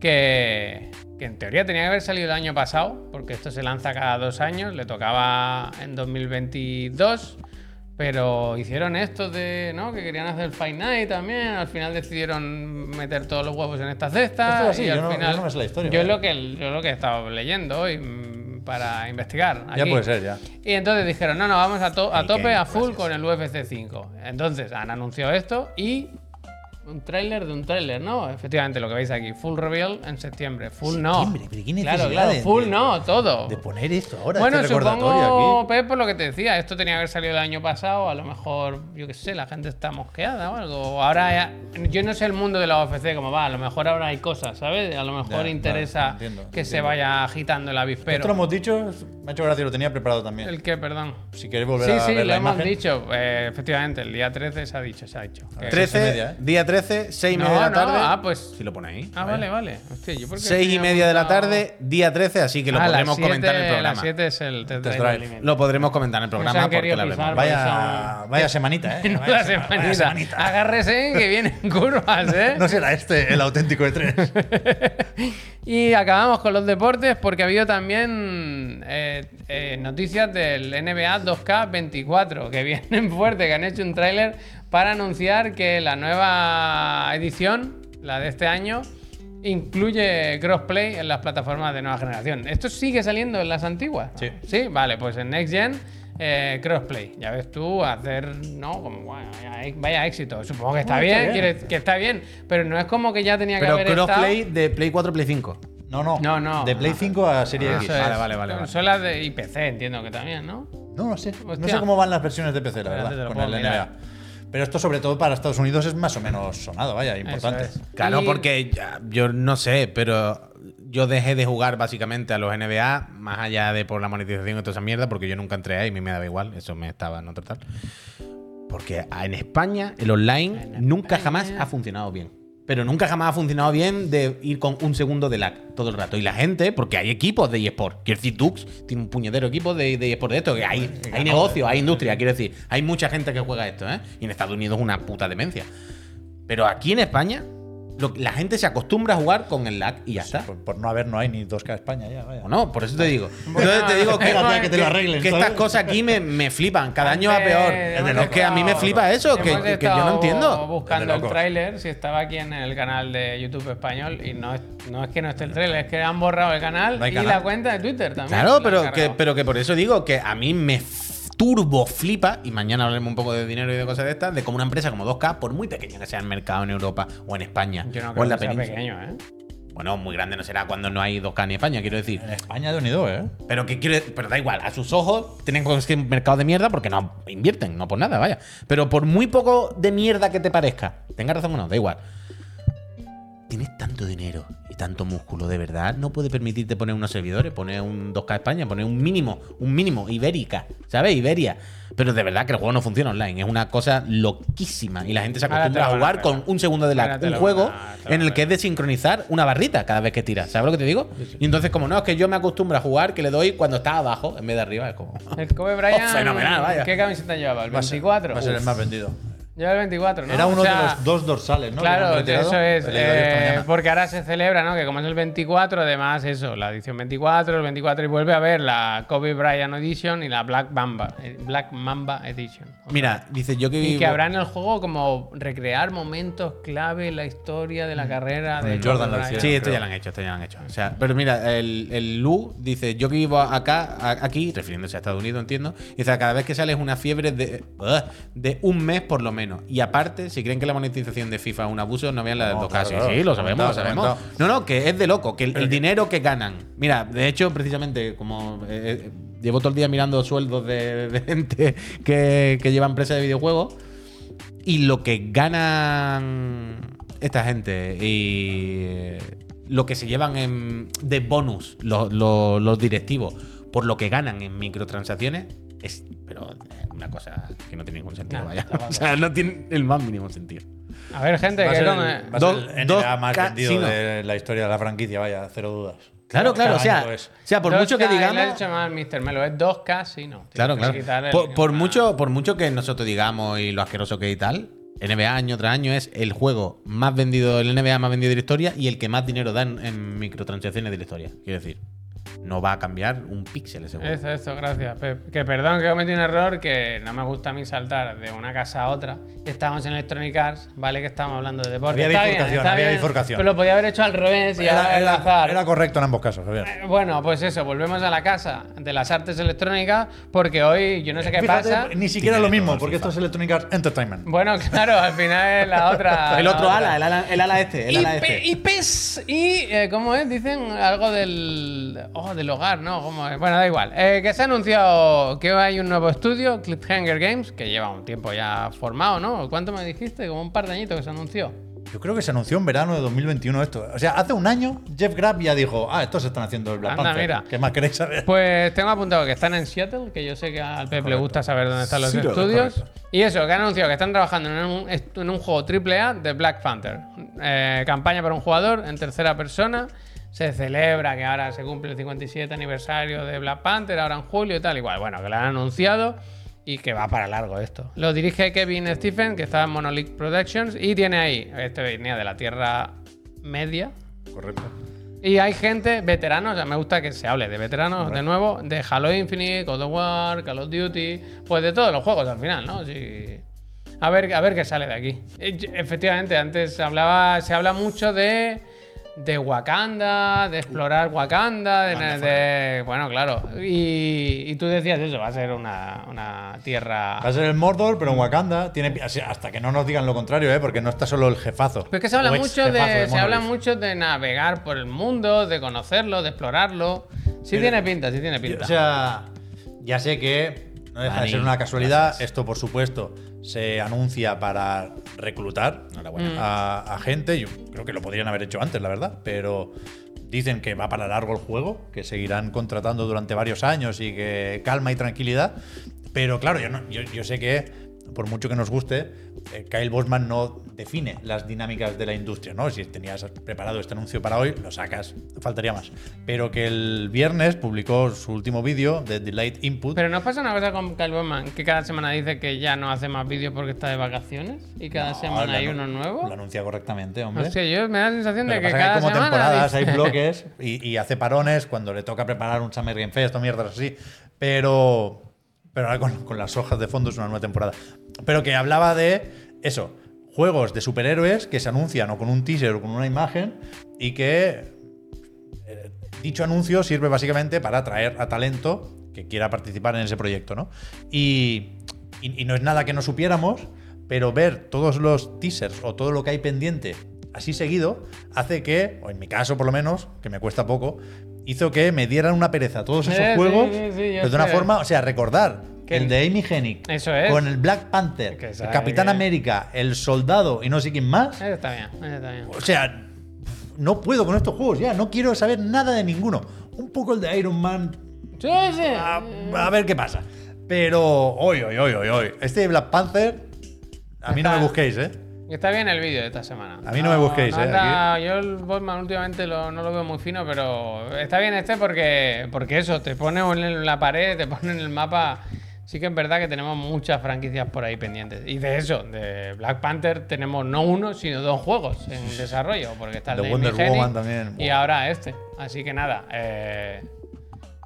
que, que en teoría tenía que haber salido el año pasado, porque esto se lanza cada dos años, le tocaba en 2022. Pero hicieron esto de, ¿no? Que querían hacer el Fight Night también. Al final decidieron meter todos los huevos en esta cesta. Esto es así, y yo al no- yo final, no me sé la historia, ¿eh? Yo es ¿vale? lo que, yo lo que he estado leyendo hoy mm, para investigar. Ya aquí. puede ser, ya. Y entonces dijeron, no, no, vamos a, to- a Ok, tope, a full gracias. con el UFC 5. Entonces han anunciado esto y un tráiler de un tráiler, ¿no? Efectivamente, lo que veis aquí, full reveal en septiembre. Full no. Septiembre, pero ¿qué Claro, necesidad claro, de- full de- no, todo. De poner esto ahora, Bueno, este recordatorio supongo, aquí. Pep, por lo que te decía, esto tenía que haber salido el año pasado, a lo mejor, yo qué sé, la gente está mosqueada o algo. Ahora, ya- yo no sé el mundo de la UFC cómo va, a lo mejor ahora hay cosas, ¿sabes? A lo mejor Ya, interesa vale, entiendo, que se entiendo. vaya agitando el Esto lo avispero. hemos dicho, me ha hecho gracia, lo tenía preparado también. El que, perdón. Si queréis Sí, volver a sí, ver lo la hemos imagen. dicho, eh, efectivamente, el día 13 se ha dicho, se ha dicho. Que- ver, Tres- 13, seis y media, ¿eh? día 13, 6 y No, media de la no, tarde. ah, pues- Si lo pone ahí. Ah, vale, vale. Hostia, yo porque 6 y tenía media de la apuntado- tarde, día 13, así que lo Ah, a las podremos comentar siete- en el A las programa. 7 es el test Test drive drive. limit. Lo podremos comentar en se el programa han porque querido lo hablemos. pisar. Vaya, vaya semanita, ¿eh? Menuda Vaya sema- semanita. vaya semanita. Agárrese que vienen curvas, ¿eh? No será este el auténtico E3. Y acabamos con los deportes porque ha habido también eh, eh, noticias del NBA 2K24 que vienen fuerte, que han hecho un tráiler para anunciar que la nueva edición, la de este año, incluye crossplay en las plataformas de nueva generación. Esto sigue saliendo en las antiguas. Sí. vale, pues en Next Gen eh, crossplay. Ya ves tú, hacer, ¿no? Como, guau, vaya, vaya éxito. Supongo que está Bueno, bien, está bien. quiere- que está bien, pero no es como que ya tenía que Pero haber crossplay estado... de Play 4 Play 5. No, no. No, no. De Play Ah, 5 a Serie Ah, X. eso es. Vale, vale, vale, vale. Consolas de IPC, entiendo que también, ¿no? No lo sé. No Hostia. sé cómo van las versiones de PC, la Espérate, te verdad, lo con puedo el NBA. mirar. Pero esto, sobre todo para Estados Unidos, es más o menos sonado, vaya, importante. Eso es. Claro, Y- porque ya- yo no sé, pero yo dejé de jugar básicamente a los NBA, más allá de por la monetización y toda esa mierda, porque yo nunca entré ahí y a mí me daba igual, eso me estaba no total. Porque en España el online En nunca España. jamás ha funcionado bien. Pero nunca jamás ha funcionado bien de ir con un segundo de lag todo el rato. Y la gente, porque hay equipos de eSport. Quiero decir, Dux tiene un puñetero equipo de, de eSport de esto. Que hay, hay negocio, hay industria. Quiero decir, hay mucha gente que juega esto, ¿eh? Y en Estados Unidos es una puta demencia. Pero aquí en España, lo- la gente se acostumbra a jugar con el lag y ya está. Por, por no haber, no hay ni 2K España ya, vaya. ¿O no? Por eso te digo. Entonces te digo que, Espérate a que te lo arreglen, que estas ¿sabes? cosas aquí me, me flipan. Cada año Eh, va peor. Hemos Es que a mí me estado- flipa eso, que, hemos que- que yo no estado entiendo. Es Buscando de el locos. tráiler, si estaba aquí en el canal de YouTube español, y no es, no es que no esté el tráiler, es que han borrado el canal, No hay y canal. la cuenta de Twitter también. la Claro, han pero que, cargado. pero que por eso digo que a mí me f- turbo flipa, y mañana hablaremos un poco de dinero y de cosas de estas, de cómo una empresa como 2K, por muy pequeña que sea el mercado en Europa o en España Yo no o creo en la que sea península. pequeño, ¿eh? Bueno, muy grande no será cuando no hay 2K ni España, quiero decir. En España de unido, ¿eh? Pero que quiere, pero da igual, a sus ojos tienen que ser un mercado de mierda porque no invierten, no por nada, vaya. Pero por muy poco de mierda que te parezca, tenga razón o no, da igual. Tienes tanto dinero y tanto músculo, de verdad, no puede permitirte poner unos servidores, poner un 2K España, poner un mínimo, un mínimo, Ibérica, ¿sabes? Iberia. Pero de verdad que el juego no funciona online, es una cosa loquísima y la gente se Ahora te acostumbra a lo van a jugar arreglar. con un segundo de Ahora lag. te Un lo juego van a- ah, te lo en van el a que es de sincronizar una barrita cada vez que tiras, ¿sabes lo que te digo? Y entonces, como no, es que yo me acostumbro a jugar que le doy cuando está abajo en vez de arriba, es como. El Kobe Bryant. fenomenal, vaya. ¿Qué camiseta llevaba? ¿El Va a ser- 24? Va a ser el Uf, más vendido. Lleva el 24, ¿no? Era O uno sea, de los dos dorsales, ¿no? Que Claro, habían retirado. eso es. He leído yo esta eh, mañana. porque ahora se celebra, ¿no? Que como es el 24, además, eso, la edición 24, el 24, y vuelve a ver la Kobe Bryant Edition y la Black Mamba, eh, Black Mamba Edition. Mira, dice yo que. Y vivo- que habrá en el juego como recrear momentos clave en la historia de la carrera Mm. Con de el Jordan Kobe lo Bryant. hicieron. Sí, no esto creo. ya lo han hecho, esto ya lo han hecho. O sea, pero mira, el, el Lu dice, yo que vivo acá, a- aquí, refiriéndose a Estados Unidos, entiendo, dice, cada vez que sale es una fiebre de, ugh, de un mes por lo menos. Y aparte, si creen que la monetización de FIFA es un abuso, no vean la del No, 2K. claro, sí, claro. sí, lo sabemos, lo Comentado, sabemos. comentado. No, no, que es de loco, que el, el dinero que ganan. Mira, de hecho, precisamente, como eh, eh, llevo todo el día mirando sueldos de, de gente que, que lleva empresas de videojuegos, y lo que ganan esta gente y eh, lo que se llevan en- de bonus los, los- los directivos por lo que ganan en microtransacciones es pero eh, una cosa que no tiene ningún sentido, No, vaya. está mal. O sea, no tiene el más mínimo sentido. A ver, gente, Va a que eh, ser el, come- va a ser el Dos- NBA dos más K- vendido sí, no. de la historia de la franquicia, vaya, cero dudas. Claro, claro, o Cada sea, año lo o pues. es. sea, por 2K, mucho que le ha digamos, hecho mal, Mr. Melo, es 2K, sí, no. Claro, Tienes que quitar claro. el- Por, por ah, mucho, por mucho que nosotros digamos y lo asqueroso que es y tal, NBA año tras año es el juego más vendido, el NBA más vendido de la historia y el que más dinero dan en microtransacciones de la historia. Quiero decir, no va a cambiar un píxel ese juego. Eso, eso, gracias, Pep. Que perdón que cometí un error, que no me gusta a mí saltar de una casa a otra. Estamos en Electronic Arts, vale que estamos hablando de deporte. Había Está bien, bifurcación, está había bien, bifurcación. Pero lo podía haber hecho al revés y Era, ahora era- enlazar. era correcto en ambos casos, Javier. Eh, Bueno, pues eso, volvemos a la casa de las artes electrónicas, porque hoy yo no sé qué Fíjate, pues, pasa. Ni siquiera Tiene lo todo mismo, el porque esto FIFA. es Electronic Arts Entertainment. Bueno, claro, al final es la otra. El la otro otra. ala, el ala, el ala este, el Y, ala pe- este. y pes y eh, cómo es dicen algo del oh, del hogar no ¿Cómo es? bueno da igual Eh, que se ha anunciado que hay un nuevo estudio Cliffhanger Games que lleva un tiempo ya formado no cuánto me dijiste como un par de añitos que se anunció Yo creo que se anunció en verano de 2021 esto. O sea, hace un año Jeff Grapp ya dijo, ah, estos están haciendo el Black Anda, Panther. mira. ¿Qué más queréis saber? pues tengo apuntado que están en Seattle que yo sé que al Pep le gusta saber dónde están los Sí, lo- estudios correcto. y eso que han anunciado que están trabajando en un, est- en un juego AAA de Black Panther Eh, campaña para un jugador en tercera persona se celebra que ahora se cumple el 57 aniversario de Black Panther, ahora en julio y tal, igual. Bueno, que lo han anunciado y que va para largo esto. Lo dirige Kevin Stephen, que está en Monolith Productions, y tiene ahí, este venía de la Tierra Media. Correcto. Y hay gente, veteranos, o sea, me gusta que se hable de veteranos de nuevo, de Halo Infinite, God of War, Call of Duty, pues de todos los juegos al final, ¿no? Sí. A ver, a ver qué sale de aquí. Eh, yo- Efectivamente, antes hablaba, se habla mucho de de Wakanda, de explorar Wakanda, de, Wakanda de- bueno, claro. Y, y tú decías eso, va a ser una, una tierra... Va a ser el Mordor, pero en Wakanda tiene pi- así- hasta que no nos digan lo contrario, ¿eh? porque no está solo el jefazo. Pero es que se habla, O ex mucho jefazo de, se Monolith. habla mucho de navegar por el mundo, de conocerlo, de explorarlo. Sí tiene pinta, sí tiene Yo, pinta. O sea, ya sé que no deja Dani, de ser una casualidad. Esto, por supuesto, se anuncia para reclutar Mm. a, a gente. Yo creo que lo podrían haber hecho antes, la verdad. Pero dicen que va para largo el juego, que seguirán contratando durante varios años y que calma y tranquilidad. Pero claro, yo, no- yo, yo sé que. Por mucho que nos guste, eh, Kyle Bosman no define las dinámicas de la industria, ¿no? Si tenías preparado este anuncio para hoy, lo sacas, faltaría más. Pero que el viernes publicó su último vídeo de Delight Input. Pero nos pasa una cosa con Kyle Bowman, que cada semana dice que ya no hace más vídeos porque está de vacaciones y cada No, lo semana hay anu- uno nuevo. Lo anuncia correctamente, hombre. O sea, yo me da la sensación Lo de que que pasa es que cada hay como semana temporadas, dice- hay bloques y, y hace parones cuando le toca preparar un Summer Game Fest o mierdas así. Pero, pero ahora con, con las hojas de fondo es una nueva temporada. Pero que hablaba de eso, juegos de superhéroes que se anuncian o con un teaser o con una imagen y que eh, dicho anuncio sirve básicamente para atraer a talento que quiera participar en ese proyecto, ¿no? Y, y- y no es nada que no supiéramos, pero ver todos los teasers o todo lo que hay pendiente así seguido hace que, o en mi caso por lo menos, que me cuesta poco, hizo que me dieran una pereza todos esos Sí, sí, juegos, sí, sí, yo pero de una sé. forma, o sea, recordar Que el el- de Amy Hennig, Eso es. con el Black Panther, Que el sabe Capitán que- América, el Soldado y no sé quién más, Eso está bien, eso está bien. o sea, no puedo con estos juegos ya, no quiero saber nada de ninguno. Un poco el de Iron Man, Sí, sí. a, a ver qué pasa. Pero, hoy, hoy, hoy, hoy, hoy. Este de Black Panther, a mí no me Está- busquéis, ¿eh? Está bien el vídeo de esta semana. A mí no me busquéis, no ¿eh? anda- Yo el Botman últimamente lo- no lo veo muy fino, pero está bien este porque, porque eso, te pone en la pared, te pone en el mapa. Sí que es verdad que tenemos muchas franquicias por ahí pendientes. Y de eso, de Black Panther tenemos no uno, sino dos juegos en desarrollo. Porque está el The de Wonder Imigeni Woman también. Y ahora este. Así que nada, eh,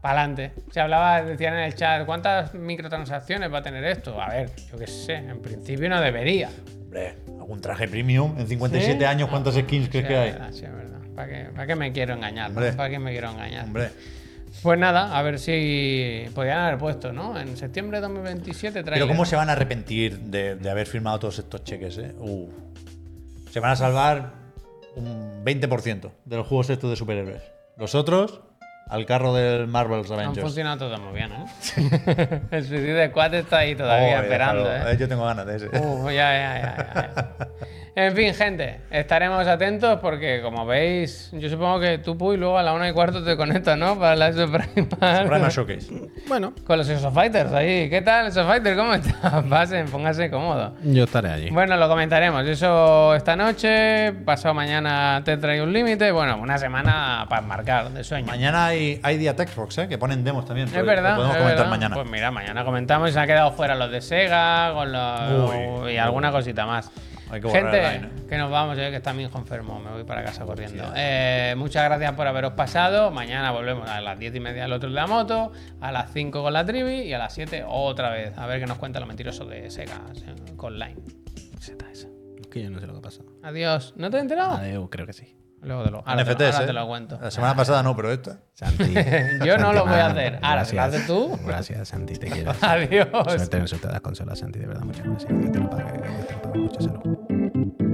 Pa'lante. Se hablaba, decían en el chat, ¿cuántas microtransacciones va a tener esto? A ver, yo qué sé, en principio no debería. Hombre, algún traje premium en 57 años, ¿cuántas skins crees Sí, que es hay? verdad, sí, es verdad. ¿Para qué, para qué me quiero engañar? Hombre. ¿Para qué me quiero engañar? Hombre, Pues nada, a ver si podían haber puesto, ¿no? En septiembre de 2027 trailer. pero ¿cómo se van a arrepentir de, de haber firmado todos estos cheques, eh? Uh. Se van a salvar un 20% de los juegos estos de superhéroes. Los otros, al carro del Marvel's Han Avengers. funcionado todos muy bien, ¿eh? El Suicide Squad está ahí todavía Oh, esperando, déjalo. ¿eh? Yo tengo ganas de ese. Uf, ya, ya, ya, ya, ya. En fin, gente, estaremos atentos porque, como veis, yo supongo que tú, Puy, luego a la una y cuarto te conectas, ¿no? Para la Suprema. Programa Showcase. Bueno, Con los Exofighters ahí. ¿Qué tal, Exofighters? ¿Cómo estás? Pasen, pónganse cómodos. Mm. yo estaré allí. Bueno, lo comentaremos. Eso esta noche, pasado mañana te trae un límite. Bueno, una semana para marcar de sueño. Mañana hay, hay día Textbox, ¿eh? que ponen demos también. es pero verdad. Lo podemos es comentar verdad. mañana. Pues mira, mañana comentamos y se han quedado fuera los de Sega con los, Uy. y alguna cosita más. Hay que borrar el Gente, line. que nos vamos, eh, que está mi hijo enfermo, me voy para casa corriendo. Eh, muchas gracias por haberos pasado. Mañana volvemos a las 10 y media al otro de la moto, a las 5 con la trivi y a las 7 otra vez. A ver qué nos cuenta lo mentiroso de Sega eh, con Line. ZS. Es que yo no sé lo que pasa. Adiós. ¿No te has enterado? Adeu, creo que sí. Luego te lo, ahora te lo- NFTs, ahora ¿eh? te lo cuento. La semana pasada no, pero esta. Santi. Yo no lo voy a man, hacer. Ahora, si lo haces tú. Pues Gracias, Santi, te quiero. Adiós. Suerte en el sorteo de las consolas, Santi, de verdad, muchas gracias. Que te lo pague, que te lo pague mucho salud.